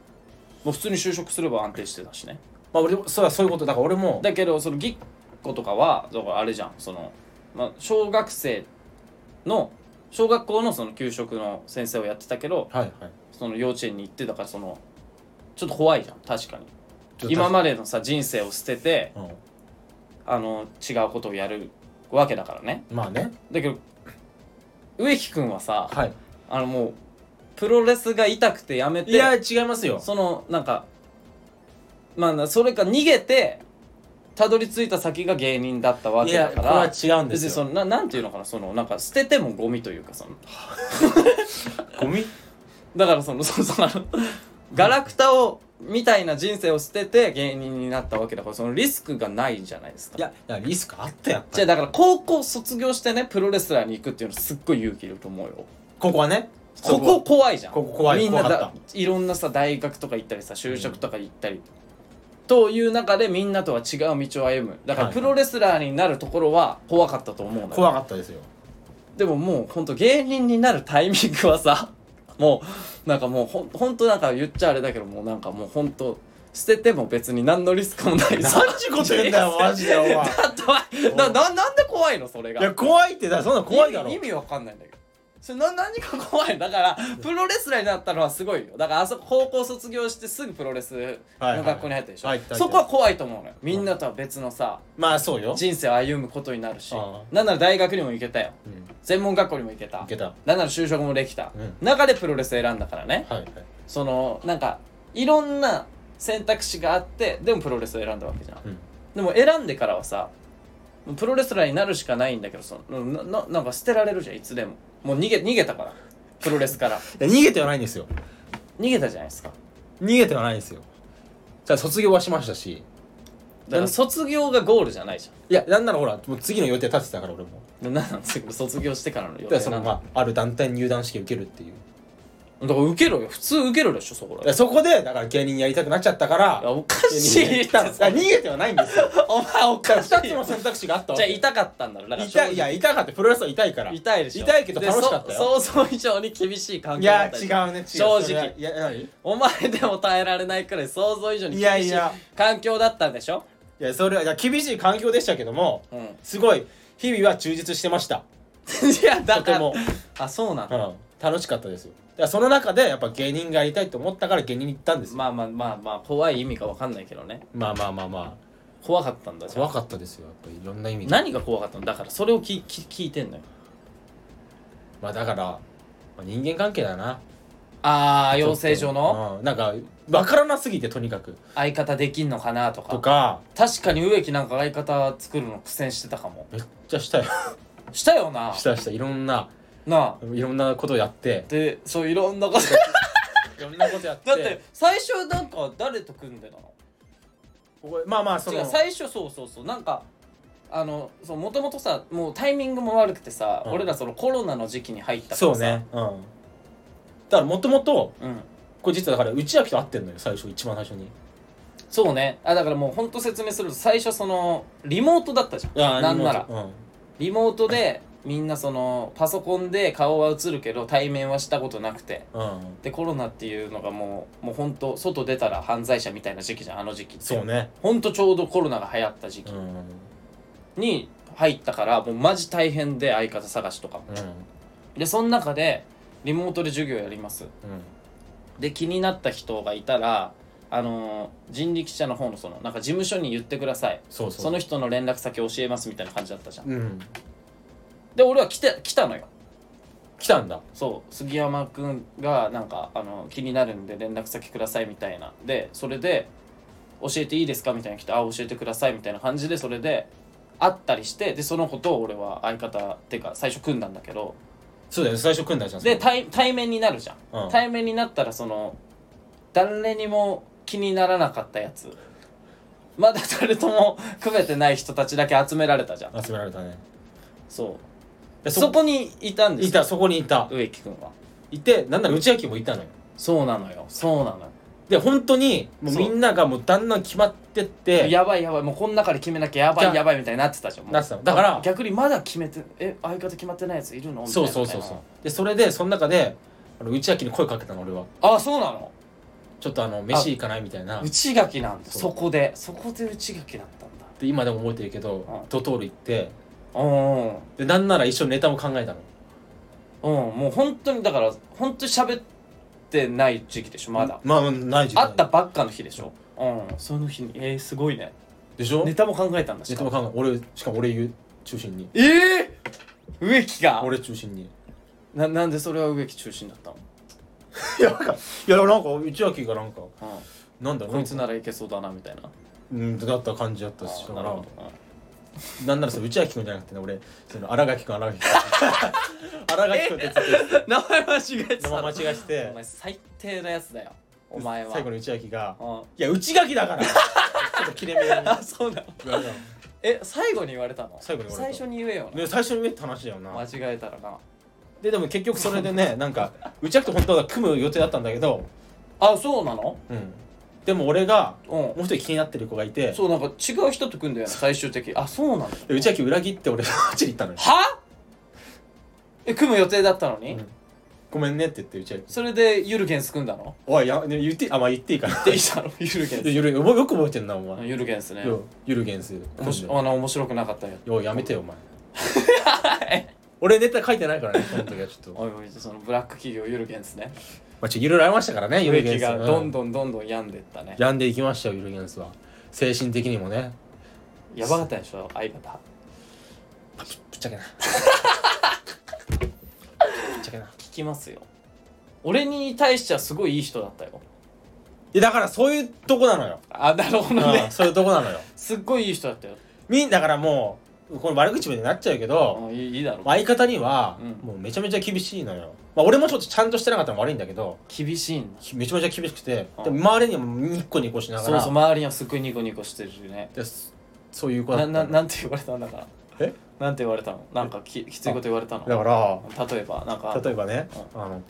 S2: もう普通に就職すれば安定してたしね
S1: まあ俺もそうだそういうことだから俺も
S2: だけどそのぎっことかはだからあれじゃんその、まあ、小学生の小学校のその給食の先生をやってたけど
S1: はいはい
S2: その幼稚園に行ってだからそのちょっと怖いじゃん確かに
S1: ちょっと
S2: 今までのさ人生を捨てて
S1: う
S2: あの違うことをやるわけだからね
S1: んまあね
S2: だけど植木君はさ
S1: はい
S2: あのもうプロレスが痛くてやめて
S1: いや違いますよ
S2: そのなんかまあなそれか逃げてたどり着いた先が芸人だったわ
S1: い
S2: け
S1: や
S2: だ
S1: こ
S2: か
S1: れ
S2: ら
S1: は違うんで
S2: 別に
S1: す
S2: そ
S1: よ
S2: のななんていうのかなそのなんか捨ててもゴミというかその
S1: ゴミ
S2: だからそのそうそうあのガラクタをみたいな人生を捨てて芸人になったわけだからそのリスクがないじゃないですか
S1: いやいやリスクあったやっぱ
S2: じゃあ
S1: り
S2: だから高校卒業してねプロレスラーに行くっていうのすっごい勇気いると思うよ
S1: ここはね
S2: ここ怖いじゃん
S1: ここ怖い
S2: みんな
S1: 怖か
S2: だ
S1: っ
S2: いろんなさ大学とか行ったりさ就職とか行ったり、という中でみんなとは違う道を歩むだから
S1: はい
S2: プロレスラーになるところは怖かったと思うのよ
S1: 怖かったですよ
S2: でももうほんと芸人になるタイミングはさ もうなんかもうほんほんとなんか言っちゃあれだけどもうなんかもうほんと捨てても別に何のリスクもないさ
S1: 何時こと言うんだ よマジでお前
S2: だってお前なななんで怖いのそれが
S1: いや怖いってだからそんな怖いだろ
S2: 意味意味わかんないんだけどそれな何か怖いだ からプロレスラーになったのはすごいよだからあそこ高校卒業してすぐプロレスの学校に入ったでしょ、
S1: はいはいはい
S2: そこは怖いと思うのよみんなとは別のさ
S1: まあそうよ、
S2: 人生を歩むことになるし
S1: ああ
S2: なんなら大学にも行けたよ
S1: うん、い
S2: 専門学校にも行けた
S1: けたは
S2: なんなら就職もできた、
S1: う
S2: 中でプロレス選んだからね
S1: いはい
S2: そのなんかいろんな選択肢があってでもプロレスを選んだわけじゃん
S1: うん
S2: でも選んでからはさプロレスラーになるしかないんだけどそのなななんか捨てられるじゃんいつでももう逃げ逃げたからプロレスから
S1: いや逃げてはないんですよ
S2: 逃げたじゃないですか
S1: 逃げてはないんですよじゃあ卒業はしましたし
S2: だから卒業がゴールじゃないじ
S1: いやなんならほらもう次の予定立ててたから俺も
S2: ゃんななんなんですけど卒業してからの予
S1: だから
S2: 定
S1: そ
S2: な
S1: の
S2: ん
S1: ま
S2: だ
S1: あある団体に入団試験受けるっていう
S2: だから受けろよ普通受けろでしょそこら
S1: いやそこでだから芸人やりたくなっちゃったから
S2: いやおか
S1: 芸
S2: し
S1: 人
S2: い
S1: やったんですだから逃げてはないんですよ
S2: お前おかしい
S1: 2つの選択肢があったわ
S2: じゃあ
S1: け
S2: 痛かったんだろだから
S1: 痛いいや痛かったプロレスは痛いから
S2: 痛いでしょ
S1: 痛いけど楽しかったよ
S2: でそ想像以上に厳しい環
S1: い
S2: 境だ
S1: や
S2: った
S1: 違
S2: り
S1: うね違う
S2: 正直
S1: それはいや何い
S2: お前でも耐えられないくらい想像以上に
S1: いや
S2: 厳
S1: い
S2: しい
S1: や
S2: 環境だったんでしょ
S1: やそれはいや厳しい環境でしたけども
S2: うん い
S1: すごい日々は充実してました
S2: やだ
S1: と
S2: か
S1: て
S2: ら
S1: も、
S2: あそうなん
S1: う
S2: だ、
S1: ん、楽しかったですよだからその中でやっぱ芸人がやりたいと思ったから芸人に行ったんですよ
S2: まあまあまあまあ怖い意味かわかんないけどね
S1: まあまあまあま
S2: 怖かったんだ
S1: あ
S2: じゃ
S1: 怖
S2: あ
S1: かったですよやっぱりいろんな意味で
S2: 何が怖かったのだからそれをきき聞いてんのよ
S1: まあだから、まあ、人間関係だな
S2: ああ養成所の、
S1: うん、なんか分からなすぎてとにかく
S2: 相方できんのかなとか
S1: とか
S2: 確かに植木なんか相方作るの苦戦してたかも
S1: めっちゃしたよ
S2: したよな
S1: したしたいろんな
S2: なあ
S1: いろんなことをやって
S2: でそういろんなこと
S1: いろんなことやって
S2: だって最初なんか誰と組んでたの
S1: ここまあまあその
S2: 違う最初そうそうそうなんかあのそうもともとさもうタイミングも悪くてさ、
S1: うん
S2: 俺らそのコロナの時期に入ったからさ
S1: そうねうんだからもともと
S2: うん
S1: これ実はだから内秋と会ってんのよ最初一番最初に
S2: そうねあだからもうほんと説明すると最初そのリモートだったじゃんなんなら
S1: うん
S2: リモートでみんなそのパソコンで顔は映るけど対面はしたことなくて
S1: うん
S2: でコロナっていうのがもうもうほんと外出たら犯罪者みたいな時期じゃんあの時期って
S1: そうね
S2: ほんとちょうどコロナが流行った時
S1: う
S2: 期
S1: んうん
S2: に入ったからもうマジ大変で相方探しとかもでその中でリモートで授業やりますで気になった人がいたらあのー人力車の方のそのなんか事務所に言ってください
S1: そうそう
S2: その人の連絡先教えますみたいな感じだったじゃん
S1: うん
S2: で俺は来て来たのよ
S1: 来たんだ
S2: そう杉山君がなんかあの気になるんで連絡先くださいみたいなでそれで教えていいですかみたいな来てあ教えてくださいみたいな感じでそれで会ったりしてでそのことを俺は相方っていうか最初組んだんだけど
S1: そうだよね最初組んだじゃん
S2: で
S1: その
S2: 対対面になるじゃん、
S1: うん
S2: 対面になったらその誰にも気にならなかったやつまだ誰とも組めてない人たちだけ集められたじゃん
S1: 集められたね
S2: そ
S1: で
S2: うそこにいたんです
S1: い
S2: よ
S1: たそこにいた
S2: 植木君はい
S1: てなんなら内秋もいたのよ
S2: そうなのよそうなのよ
S1: で本当にもう
S2: そう
S1: みんながもうだんだん決まってって
S2: やばいやばいもうこの中で決めなきゃやば
S1: じゃあ
S2: いやばいみたいになってたじゃんもう
S1: なってたのだから
S2: 逆にまだ決めてえ相方決まってないやついるのみたい
S1: そう
S2: な
S1: そうそうそうでそれでその中であの内秋に声かけたの俺は
S2: あそうなの
S1: ちょっとあの飯行かないみたいな
S2: 内垣なんだ
S1: そう
S2: そこでそこで内垣だったんだ
S1: で今でも覚えてるけど
S2: ん
S1: ドトール行って
S2: うんうん
S1: でなんなら一緒にネタも考えたの
S2: もう本当にだから本当に喋ってない時期でしょまだ、
S1: まあない時間
S2: 会ったばっかの日でしょうんその日にえー、すごいね
S1: でしょ
S2: ネ
S1: ネ
S2: タも考えたんだし
S1: タも考え俺しかも俺言う中心に
S2: ええー、植木が
S1: 俺中心に
S2: ななんでそれは植木中心だったの、
S1: いやなんかいやなんか内秋がなんか
S2: う
S1: なんだ
S2: ん、こいつ
S1: なんか
S2: ならいけそうだなみたいな
S1: うんだった感じだったし
S2: あ
S1: だか
S2: なる
S1: ら
S2: ほど、うん
S1: なんならそれ内秋君じゃなくてね俺その荒垣君荒垣 君荒垣君ってずっと言ってた
S2: 名前間違えてた
S1: 名前間違えてて
S2: お前最低なやつだよ お前は
S1: 最後に内秋が
S2: う
S1: 「
S2: ん
S1: いや内垣だから!」ちょっと切れ目に
S2: あそうなのえ最後に言われたの
S1: 最後に言われた
S2: 最初に言えよな、
S1: ね最初に言えって話だよ
S2: 間
S1: な
S2: 違えたらな
S1: ででも結局それでねなんか内秋と本当は組む予定だったんだけど
S2: あそうなの
S1: うんでも俺が
S2: う
S1: もう一人気になってる子がいて
S2: んそうなんか違う人と組んだよね最終的にあそうなの
S1: で内秋裏切って俺そっちに行ったのよ
S2: はえ組む予定だったのに、
S1: うんごめんねって言って内秋
S2: それでゆるゲンス組んだの
S1: おいやね言ってあまあ言っていいかな
S2: でいた のゆるゲン
S1: ゆるよくよく覚えてんなお
S2: ス
S1: 前
S2: ゆるゲンスね
S1: よゆるゲンス
S2: おもしあの面白くなかったよ
S1: よやめてよお前俺ネタ書いてないからねその時はち ょっと
S2: おいおいそのブラック企業ゆるゲンスね
S1: まあちょいろいろありましたからねゆるゲ
S2: 植
S1: ン
S2: 木
S1: ス
S2: がどん
S1: ん
S2: どんどんどん病んでったね
S1: 病んでいきましたよゆるゲンスは精神的にもね
S2: やばかったでしょ相方
S1: ぶっちゃけなぶっちゃけない
S2: 聞きますよ俺に対してはすごいいい人だったよ
S1: やだからそういうとこなのよ、
S2: あなるほど
S1: う
S2: ね
S1: ん、そういうとこなのよ
S2: すっごいいい人だったよ
S1: みんだからもうこれ悪口みたいになっちゃうけど
S2: あいいいいだろ
S1: 相方には
S2: うん
S1: もうめちゃめちゃ厳しいのよ、まあ、俺もちょっとちゃんとしてなかったのも悪いんだけど
S2: 厳しいんだ
S1: きめちゃめちゃ厳しくて
S2: うん
S1: で周りにもニッコニコしなが
S2: そう
S1: ら
S2: そう周りにはすっごいニコニコしてるね
S1: ですそういう子だ
S2: な
S1: った
S2: ななんて言われたんだから
S1: え
S2: なんて言われたのなんかききついこと言われたの
S1: だから
S2: 例えばなんか
S1: 例えばねあの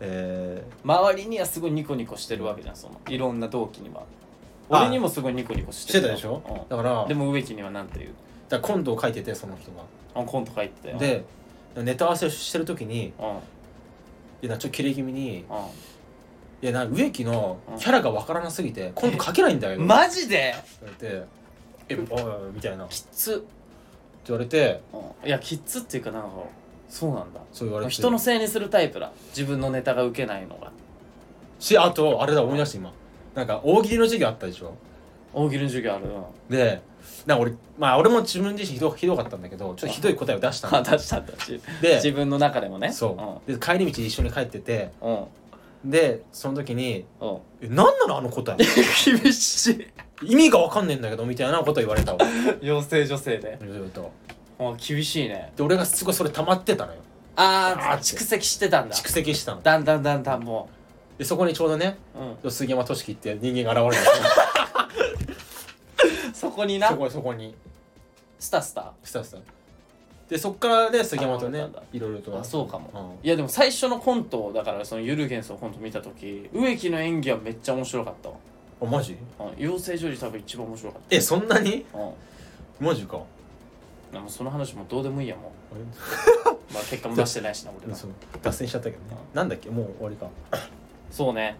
S1: え
S2: 周りにはすごいニコニコしてるわけじゃんそのいろんな同期には
S1: あ
S2: 俺にもすごいニコニコし
S1: ー、
S2: て
S1: して
S2: る
S1: た
S2: よ
S1: でしょ、
S2: う
S1: だから
S2: ん、でも植木にはなんて言う
S1: だからコントを書いててその人が
S2: あコント書いてたよ
S1: でネタ合わせをしてる時に
S2: うんうん
S1: いやなちょっとキレ気味に
S2: うん
S1: いやな植木の
S2: うん
S1: キャラがわからなすぎてコント書けないんだよって
S2: マジで
S1: 言われて「えおいみたいなって
S2: きつ、
S1: 言われて
S2: うん、いやきつっていうかなんかそうなんだ
S1: そう言われて
S2: 人のせいにするタイプだ自分のネタが受けないのが
S1: しあとあれだ思い出して今なんか大喜利の授業あったでしょ
S2: 大喜利の授業ある
S1: でなんか俺まあ俺も自分自身ひどひどかったんだけどちょっとひどい答えを出したの
S2: あ出したんだし
S1: で
S2: 自分の中でもね
S1: そうで帰り道一緒に帰ってて
S2: うんうん
S1: でその時に
S2: うん
S1: 「え何なのあの答え
S2: 厳しい
S1: 意味がわかんねえんだけど」みたいなこと言われたわ
S2: 妖精女性で
S1: ずーっと
S2: あ厳しいね
S1: で俺がすごいそれ溜まってたのよ
S2: あー
S1: あー
S2: あ蓄積してたんだ
S1: 蓄積してたの
S2: だんだんだんだんも
S1: でそこにちょうどね
S2: う、うん、
S1: 杉山俊樹って人間が現れるんですよ
S2: そこにな
S1: そこそこに
S2: スタスタ
S1: スタスタでそっからね杉山とね
S2: 現れたんだ
S1: いろいろと
S2: あそうかも、
S1: うん
S2: いやでも最初のコントをだからそのゆるゲンスのコント見た時植木の演技はめっちゃ面白かったわ
S1: あマジ
S2: うん養成所より多分一番面白かっ
S1: えそんなに
S2: た、うん、
S1: マジか
S2: でもその話もうどうでもいいやもう、まあ、結果も出してないしな俺ら
S1: そう脱線しちゃったけどねなんだっけもう終わりか
S2: そうね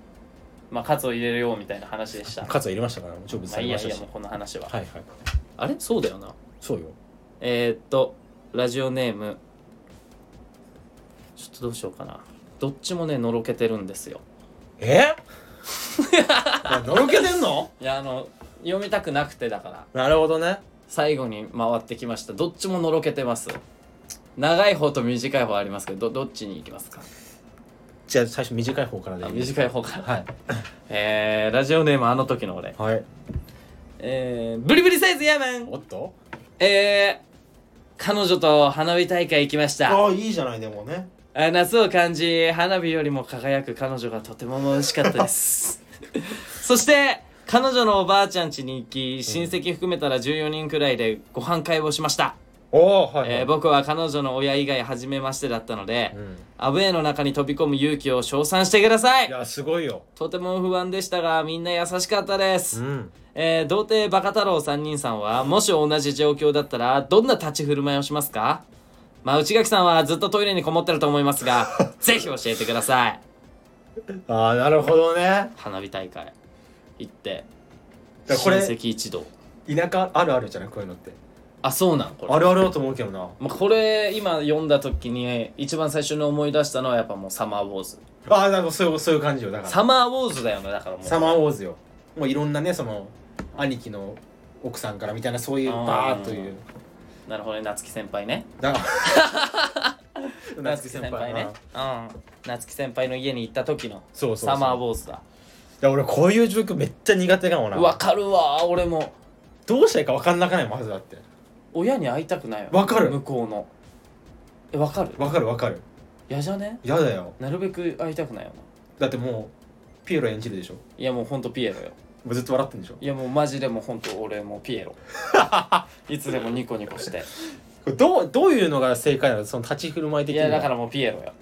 S2: まあカツを入れるようみたいな話でしたま
S1: カツは入れましたからちょっとぶつ
S2: あ
S1: か
S2: いい
S1: りま
S2: や
S1: し
S2: いい
S1: た
S2: や
S1: し
S2: もうこの話は、
S1: はいはい
S2: あれそうだよな
S1: そうよ
S2: えー、っとラジオネームちょっとどうしようかなどっちもねのろけてるんですよ
S1: えのろけてんの
S2: いやあの読みたくなくてだから
S1: なるほどね
S2: 最後に回ってきましたどっちものろけてます長い方と短い方ありますけどどどっちに行きますか
S1: じゃあ最初短い方からで
S2: あ
S1: いい
S2: 短い方から
S1: はい
S2: えー、ラジオネームあの時の俺
S1: はい
S2: えー、ブリブリサイズヤーマン
S1: おっと
S2: えー彼女と花火大会行きました
S1: ああいいじゃないでもね
S2: あ夏を感じ花火よりも輝く彼女がとても美味しかったです そして彼女のおばあちゃん家に行き親戚含めたら14人くらいでご飯会をしました、
S1: おおはい、
S2: えー僕は彼女の親以外初めましてだったので、
S1: うん、
S2: アウェーの中に飛び込む勇気を称賛してくださ
S1: い
S2: い
S1: やすごいよ
S2: とても不安でしたがみんな優しかったです、
S1: ん
S2: えー童貞バカ太郎3人さんはもし同じ状況だったらどんな立ち振る舞いをしますかまあ内垣さんはずっとトイレにこもってると思いま すがぜひ教えてください
S1: ああなるほどね
S2: 花火大会行って
S1: だ
S2: 親
S1: からこ
S2: 戚一同
S1: れ田舎あるあるじゃないこういうのって
S2: あそうなんこれ
S1: あるあるだと思うけどな
S2: まあ、これ今読んだ時に一番最初に思い出したのはやっぱもうサマーウォーズ
S1: ああなんかそういうそういう感じよだから
S2: サマーウォーズだよねだからもう
S1: サマーウォーズよもういろんなねその兄貴の奥さんからみたいなそういう
S2: あー
S1: バーッという
S2: なるほどね夏木先輩ね
S1: だから
S2: 夏木先輩ね
S1: うん
S2: うん夏木先輩の家に行った時の
S1: そうそうそう
S2: サマー
S1: い
S2: ウォーズだ
S1: や俺こういう状況めっちゃ苦手かもな
S2: わかるわ俺も
S1: どうしたらいいか分かんなかないまずだって
S2: 親に会いたくないわ
S1: わかる
S2: 向こうのえわかる
S1: 分かる分かる
S2: 嫌じゃね
S1: やだよ
S2: なるべく会いたくないよな
S1: だってもうピエロ演じるでしょも
S2: いやもうほんとピエロよ
S1: うずっと笑ってんでしょ
S2: いやもうマジでもうほんと俺もうピエ ロいつでもニコニコして
S1: これどうどういうのが正解なのその立ち振る舞い的
S2: い
S1: に
S2: やだかららもうピエロよ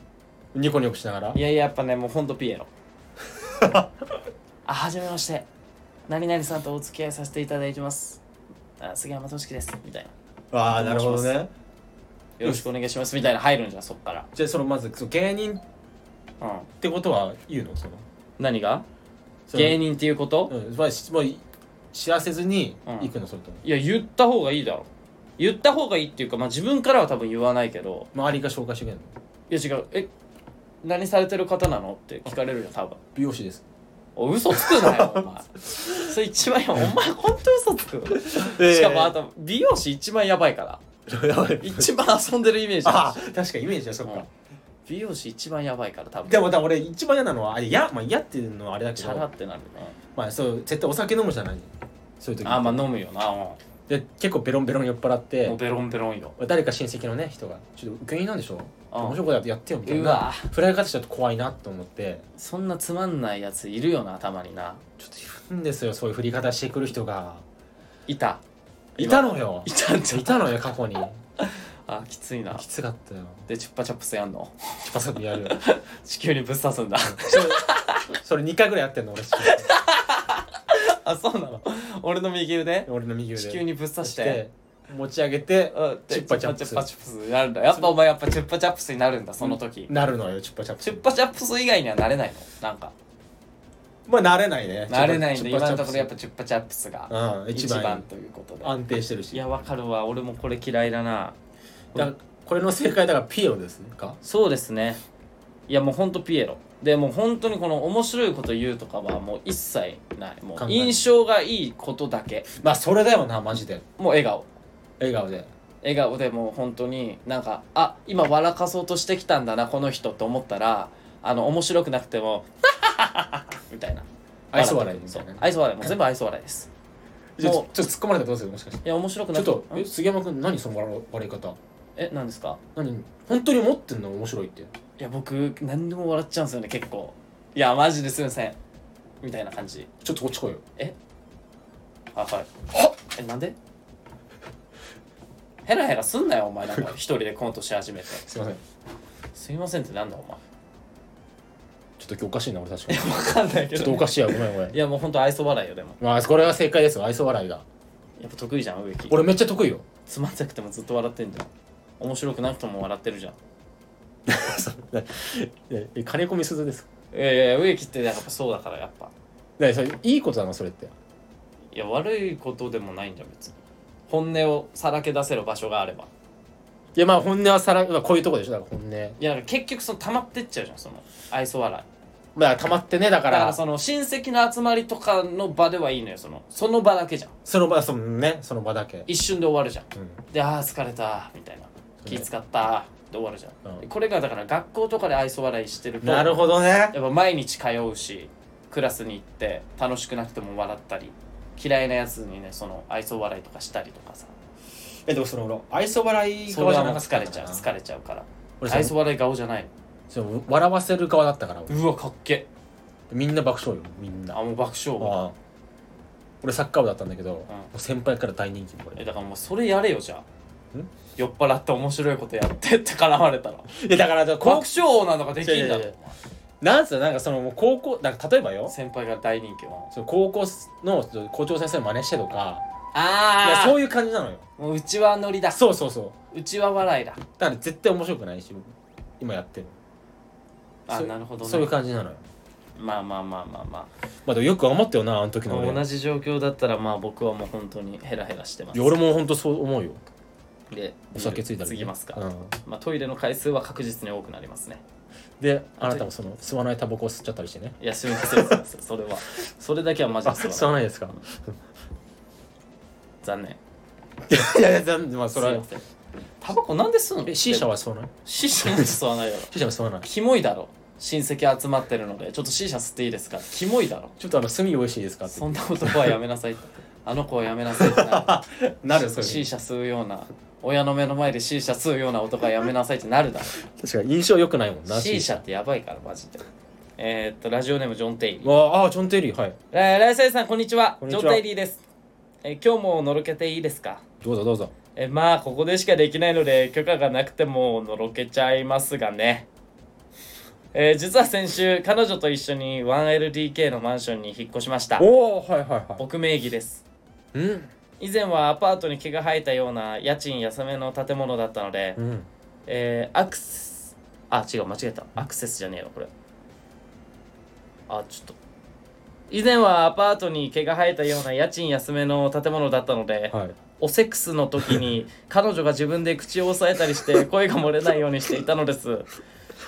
S1: ニコニコしながら
S2: いやいややっぱねもうほんとピ エロあはじめまして何々さんとお付き合いさせていただいてますあ杉山俊樹ですみたいな
S1: ああなるほどね
S2: よろしくお願いしますみたいな入るんじゃんそっから
S1: じゃあそのまずその芸人っ
S2: うん
S1: てことは言うのその
S2: 何が
S1: その
S2: 芸人っていうこと、
S1: うん、まあ、しもうい知らせずに行くの、それとも
S2: いや言った方がいいだろ言った方がいいっていうかまあ自分からは多分言わないけど
S1: 周りが紹介してくれるの
S2: いや違うえ何されてる方なのって聞かれるよ多分
S1: 美容師です
S2: お嘘つくなよお前 それ一番やお前ほんと嘘つくわ、しか もあと美容師一番やばいから
S1: とやばい
S2: 一番遊んでるイメージ
S1: あ
S2: だ
S1: あ確かにイメージはそっ
S2: う
S1: か
S2: ん、美容師一番やばいから多分
S1: でもだから俺一番嫌なのはあいや、まあ、嫌っていうのはあれだけ
S2: チ
S1: ど
S2: ャラってなるね
S1: まあそう絶対お酒飲むじゃないそういう時
S2: あまあ飲むよな、うん
S1: で結構ベロンベロン酔っ払って
S2: もうベロンベロンよ
S1: 誰か親戚のね人が「ちょっと芸人なんでしょ
S2: うん
S1: 面白いことやってよ」みたいうな
S2: わ
S1: 振られ方しちゃうと怖いなと思って
S2: そんなつまんないやついるよなたまにな
S1: ちょっといるんですよそういう振り方してくる人が
S2: いた
S1: いたのよ
S2: いたんじゃ
S1: いたのよ過去に
S2: あきついな
S1: きつかったよ
S2: でチュッパチャップスやんの
S1: ちょっとパソコンやるよ
S2: 地球にぶっ刺すんだ
S1: それそれ2回ぐらいやってんの俺
S2: あそうなの俺の右腕
S1: 俺の右腕
S2: 地球にぶっ刺し
S1: してて持ち上げて
S2: うんで
S1: チュッパチャップス
S2: チュッパチャップスになるんだやっぱお前やっぱチュッパチャップスになるんだその時、
S1: なるのよチュッパチャップ
S2: チュッパチャップス以外にはなれないのなんか
S1: まあ慣れないね
S2: なれないん
S1: チ
S2: で
S1: ュッ
S2: 今
S1: パチャ
S2: の
S1: ップ
S2: と
S1: ス
S2: ころやっぱチュッパチャップスが
S1: うん
S2: 一
S1: 一
S2: 番
S1: 番
S2: ということで
S1: 安定してるし
S2: いやわかるわ俺もこれ嫌いだな
S1: だからこれの正解だからピエロですか
S2: そうですねいやもうほんとピエロでもう本当にこの面白いこと言うとかはもう一切ないも
S1: 考え
S2: う
S1: ない
S2: 印象がいいことだけ
S1: まあそれだよなマジで
S2: もう笑顔
S1: 笑顔で
S2: 笑顔でもう本当になんかあ今笑かそうとしてきたんだなこの人と思ったらあの面白くなくても みたいな
S1: 愛想笑いみたいな
S2: そう愛想笑いもう全部愛想笑いです
S1: じゃあちょ
S2: も
S1: ちょっと突っ込まれたらどうするもしかして
S2: いや面白
S1: ち
S2: く
S1: ょ
S2: な
S1: っ
S2: くて
S1: と
S2: ん
S1: え杉山君何その笑笑い方
S2: え何ですか
S1: 何本当に思ってんの面白いって
S2: いや僕何でも笑っちゃうんですよね結構いやマジですいませんみたいな感じ
S1: ちょっとこっち来いよ
S2: あはいえなんでヘラヘラすんなよお前 なんか一人でコントし始めて
S1: すいません
S2: すいませんってなんだお前
S1: ちょっと今日おかしいな俺確か に
S2: わかんないけ
S1: ちょ
S2: ど
S1: っとおかしいやごめんごめん
S2: いやもうほんと愛想笑いよでも
S1: まあこれが正解ですよ愛想笑いが
S2: やっぱ得意じゃん植木
S1: 俺めっちゃ得意よ
S2: つまんなくてもずっと笑ってんじゃん面白くなくても笑ってるじゃん
S1: ええ金込み鈴ですか
S2: いやいや植木ってやっぱそうだからやっぱ
S1: ねそれいいことなのそれって
S2: いや悪いことでもないんだよ別に本音をさらけ出せる場所があれば
S1: いやまあ本音はさらまあこういうとこでしょだから本音
S2: いやだから結局その溜まってっちゃうじゃんその愛想笑い
S1: まあ溜まってねだか
S2: だかららその親戚の集まりとかの場ではいいのよそのその場だけじゃん
S1: その場そのねその場だけ
S2: 一瞬で終わるじゃん
S1: うん
S2: でああ疲れたみたいな気使ったで終わるじゃん、
S1: うん
S2: これがだから学校とかで愛想笑いしてると
S1: なるほどね
S2: やっぱ毎日通うしクラスに行って楽しくなくても笑ったり嫌いなやつにねその愛想笑いとかしたりとかさ
S1: えでもその俺愛想笑い
S2: それ
S1: 側じ
S2: は
S1: ゃ
S2: も
S1: な
S2: う
S1: かった
S2: 疲れ
S1: から
S2: ちゃう
S1: な
S2: 疲れちゃうから
S1: 俺
S2: 愛想
S1: さ
S2: 笑い顔じゃない
S1: そう笑わせる側だったから俺
S2: うわかっけ
S1: みんな爆笑よみんな
S2: あもう爆笑
S1: ああ俺サッカー部だったんだけど、もう先輩から大人気これ
S2: えだからもうそれやれよじゃあ
S1: ん
S2: 酔っ払って面白いことやってって絡まれたら
S1: いやだからだから
S2: 爆
S1: こ
S2: 笑王なのができんだ
S1: いやいやいやなんつうのなんかそのもう高校なんか例えばよ
S2: 先輩が大人気を
S1: その高校の校長先生の真似してとかいや
S2: あ
S1: そうういう感じなのよ
S2: もううちはノリだ
S1: そうそうそう
S2: うちは笑いだ
S1: だから絶対面白くないし今やってる
S2: あ
S1: そう
S2: なるほど
S1: そうい
S2: ね
S1: う感じなのよ
S2: まあまあまあまあま
S1: まあでもよく頑張ったよなあの時
S2: あ
S1: の俺
S2: 同じ状況だったらまあ僕はもう本当にヘラヘラしてます
S1: いや俺も本当そう思うよ
S2: で
S1: お酒ついたりね
S2: 次ますか、
S1: うん
S2: まあ、トイレの回数は確実に多くなりますね
S1: であなたもその吸わないタバコを吸っちゃったりしてね
S2: いやすみませんすいませんそれはそれだけはマ
S1: あ
S2: ジでそう
S1: 吸わないですか
S2: 残念
S1: いやいや全然まあ
S2: す
S1: そ
S2: い
S1: れは
S2: ませんタバコなんで吸うの
S1: え C 社は吸わない
S2: C 社なんて吸わないよ
S1: C 社は吸わない
S2: キモいだろ親戚集まってるのでちょっと C 社吸っていいですかキモいだろ
S1: ちょっとあの炭美味しいですかって
S2: そんな男はやめなさいってあの子はやめなさいってなる
S1: なるそ
S2: C
S1: れ
S2: 社吸うような親の目の前で C 社吸うような男はやめなさいってなるだろ
S1: 確かに印象良くないもんな
S2: C 社ってやばいからマジで えーっとラジオネームジョン・テイリー
S1: わああジョン・テリーはい
S2: えーライサイさんこんにちは
S1: こんに
S2: ジ
S1: ち
S2: ョ
S1: は
S2: ン・テイリーです、えー今日ものろけていいですか
S1: どうぞどうぞ
S2: えーまあここでしかできないので許可がなくてものろけちゃいますがねえー実は先週彼女と一緒に 1LDK のマンションに引っ越しました
S1: おおはいはいは
S2: 僕名義です
S1: いうん
S2: 以前はアパートに毛が生えたような家賃安めの建物だったので、
S1: うん
S2: えーアクセスあ違う間違えたアクセスじゃねえわこれあちょっと以前はアパートに毛が生えたような家賃安めの建物だったので、
S1: はい
S2: おセックスの時に彼女が自分で口を押さえたりして声が漏れないようにしていたのです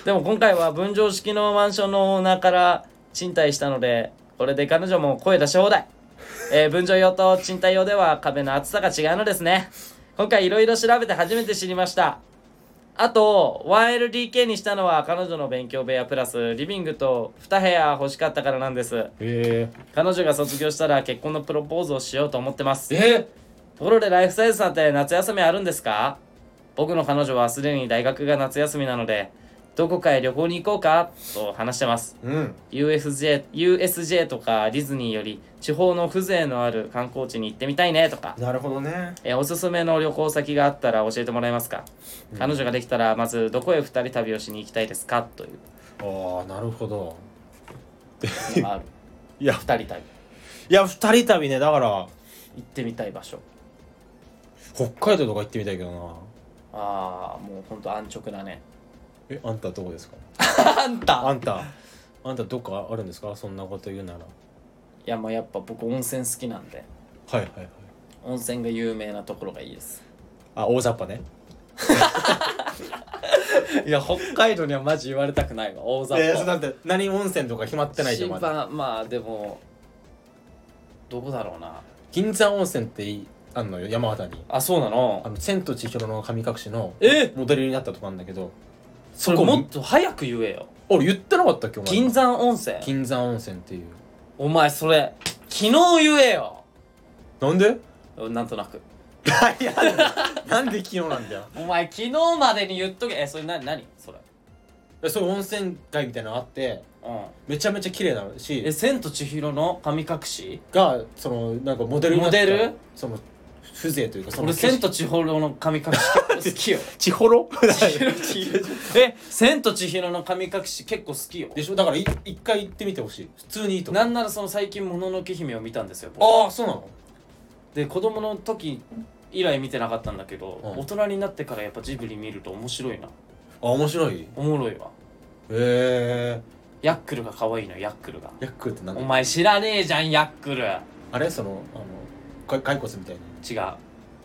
S2: でも今回は分譲式のマンションのオーナーから賃貸したのでこれで彼女も声出し放題、えー分譲用と賃貸用では壁の厚さが違うのですね今回いろいろ調べて初めて知りましたあと 1LDK にしたのは彼女の勉強部屋プラスリビングと2部屋欲しかったからなんです
S1: え
S2: 彼女が卒業したら結婚のプロポーズをしようと思ってます
S1: ー、え
S2: ところでライフサイズさんって夏休みあるんですか僕の彼女はすでに大学が夏休みなのでどこかへ旅行に行こうかと話してます
S1: ー、うん
S2: USJ, USJ とかディズニーより地方の風情のある観光地に行ってみたいねとか
S1: なるほどね
S2: えおすすめの旅行先があったら教えてもらえますか、彼女ができたらまずどこへ2人旅をしに行きたいですかという
S1: ああなるほど
S2: のがある
S1: いや
S2: 2人旅行
S1: いや二人旅ねだから
S2: ってみたい場所
S1: 北海道とか行ってみたいけどな
S2: ああもうほんと安直だね
S1: えあんたどこですか
S2: あんた
S1: あんたあんたどっかあるんですかそんなこと言うなら
S2: いやもうやっぱ僕温泉好きなんで
S1: はいはいはい
S2: 温泉が有名なところがいいです
S1: あ大雑把ね
S2: いや北
S3: 海道にはマジ言われたくないわ大雑
S1: え
S3: 把
S1: だって何温泉とか決まってないじゃんま
S2: 新
S1: だ
S2: 馬まあでもどこだろうな
S1: 銀山温泉っていあんのよ山形に
S2: あそうな
S1: あ
S2: の
S1: の千と千尋の神隠しの
S2: え
S1: モデルになったとこなんだけど
S2: それ
S1: そこ
S2: もっと早く言えよ
S1: 俺言ってなかったっけお前
S2: 銀山温泉
S1: 銀山温泉っていう
S2: お前それ昨日言えよ
S1: なんで
S2: なんとなく
S1: いやなんで昨日なん だよ
S2: お前昨日までに言っとけえそれな何それ
S1: えそういう温泉街みたいなのあって
S2: うん
S1: めちゃめちゃ綺麗なの
S2: え
S1: し
S2: 千と千尋の神隠し
S1: がそのなんかモデルになった
S2: モデル
S1: その風情というかその
S2: 俺千と千尋の神隠し結構好 きよ
S1: 千尋
S2: え千と千尋の神隠し結構好きよ
S1: でしょだからい一回行ってみてほしい普通にいいと思う
S2: なんならその最近「もののけ姫」を見たんですよ僕
S1: ああそうなの
S2: で子供の時以来見てなかったんだけど、
S1: うん
S2: 大人になってからやっぱジブリ見ると面白いな
S1: あ面白いへ
S2: おもろいわ
S1: え
S2: ヤックルが可愛いのヤックルが
S1: ヤックルってなん
S2: お
S1: だ
S2: 前知らねえじゃんヤックル
S1: あれそのあのが骸骨みたいな
S2: 違う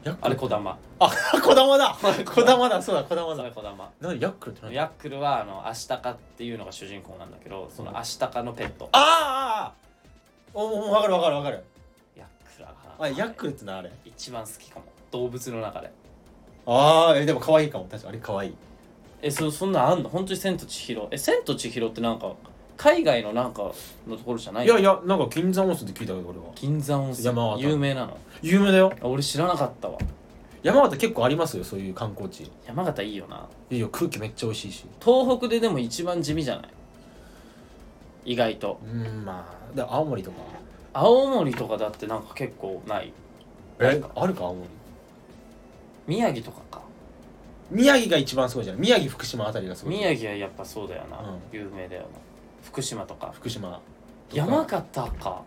S1: ヤックル
S2: あれこだま
S1: あ こだまだこだまだそうだこだま
S2: あれ
S1: だ
S2: こだま
S1: なんでヤックルって何
S2: ヤックルはあのアシタカっていうのが主人公なんだけどそのアシタカのペット
S1: あーあーあーおお分かる分かる分かる
S2: ヤックルは
S1: あヤックルってなあれ
S2: 一番好きかも動物の中で
S1: ああえでも可愛いかも確かにあれ可愛い
S2: えそそんなんあんの本当に千と千尋え千と千尋ってなんか海外のなんかのところじゃない
S1: いやいやなんか銀山温泉って聞いたけど俺は
S2: 銀山温泉
S1: 山形
S2: 有名なの
S1: 有名だよ
S2: あ俺知らなかったわ
S1: 山形結構ありますよそういう観光地
S2: 山形いいよない
S1: いよ空気めっちゃ美味しいし
S2: 東北ででも一番地味じゃない意外と
S1: うんまあで青森とか
S2: 青森とかだってなんか結構ない
S1: えあるか青森
S2: 宮城とかか
S1: 宮城が一番そうじゃない宮城福島あたりがすごい
S2: 宮城はやっぱそうだよな、
S1: うん
S2: 有名だよな福島とか
S1: 福島とか
S2: 山形か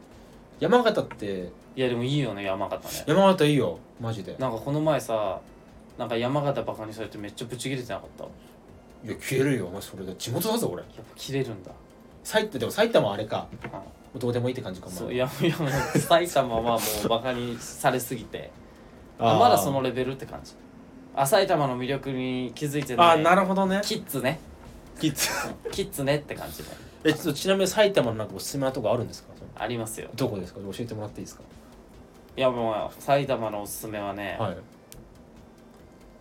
S1: 山形って
S2: いやでもいいよね山形ね
S1: 山形いいよマジで
S2: なんかこの前さなんか山形バカにされてめっちゃブチ切れてなかったやっ
S1: いや消えるよお前それで地元だぞ俺
S2: ぱ切れるんだ、
S1: 埼玉でも埼玉はあれか
S2: うん
S1: どうでもいいって感じかも
S2: そういやいやもう埼玉はもうバカにされすぎて
S1: あー
S2: まだそのレベルって感じあ埼玉の魅力に気づいてない
S1: あーなるほどね
S2: キッズね
S1: キッズ
S2: キッズねって感じで
S1: えちょっとちなみに埼玉のなんかおすすめなとこあるんですかその
S2: ありますよ
S1: どこですか教えてもらっていいですか
S2: いやもう埼玉のおすすめはね、
S1: はい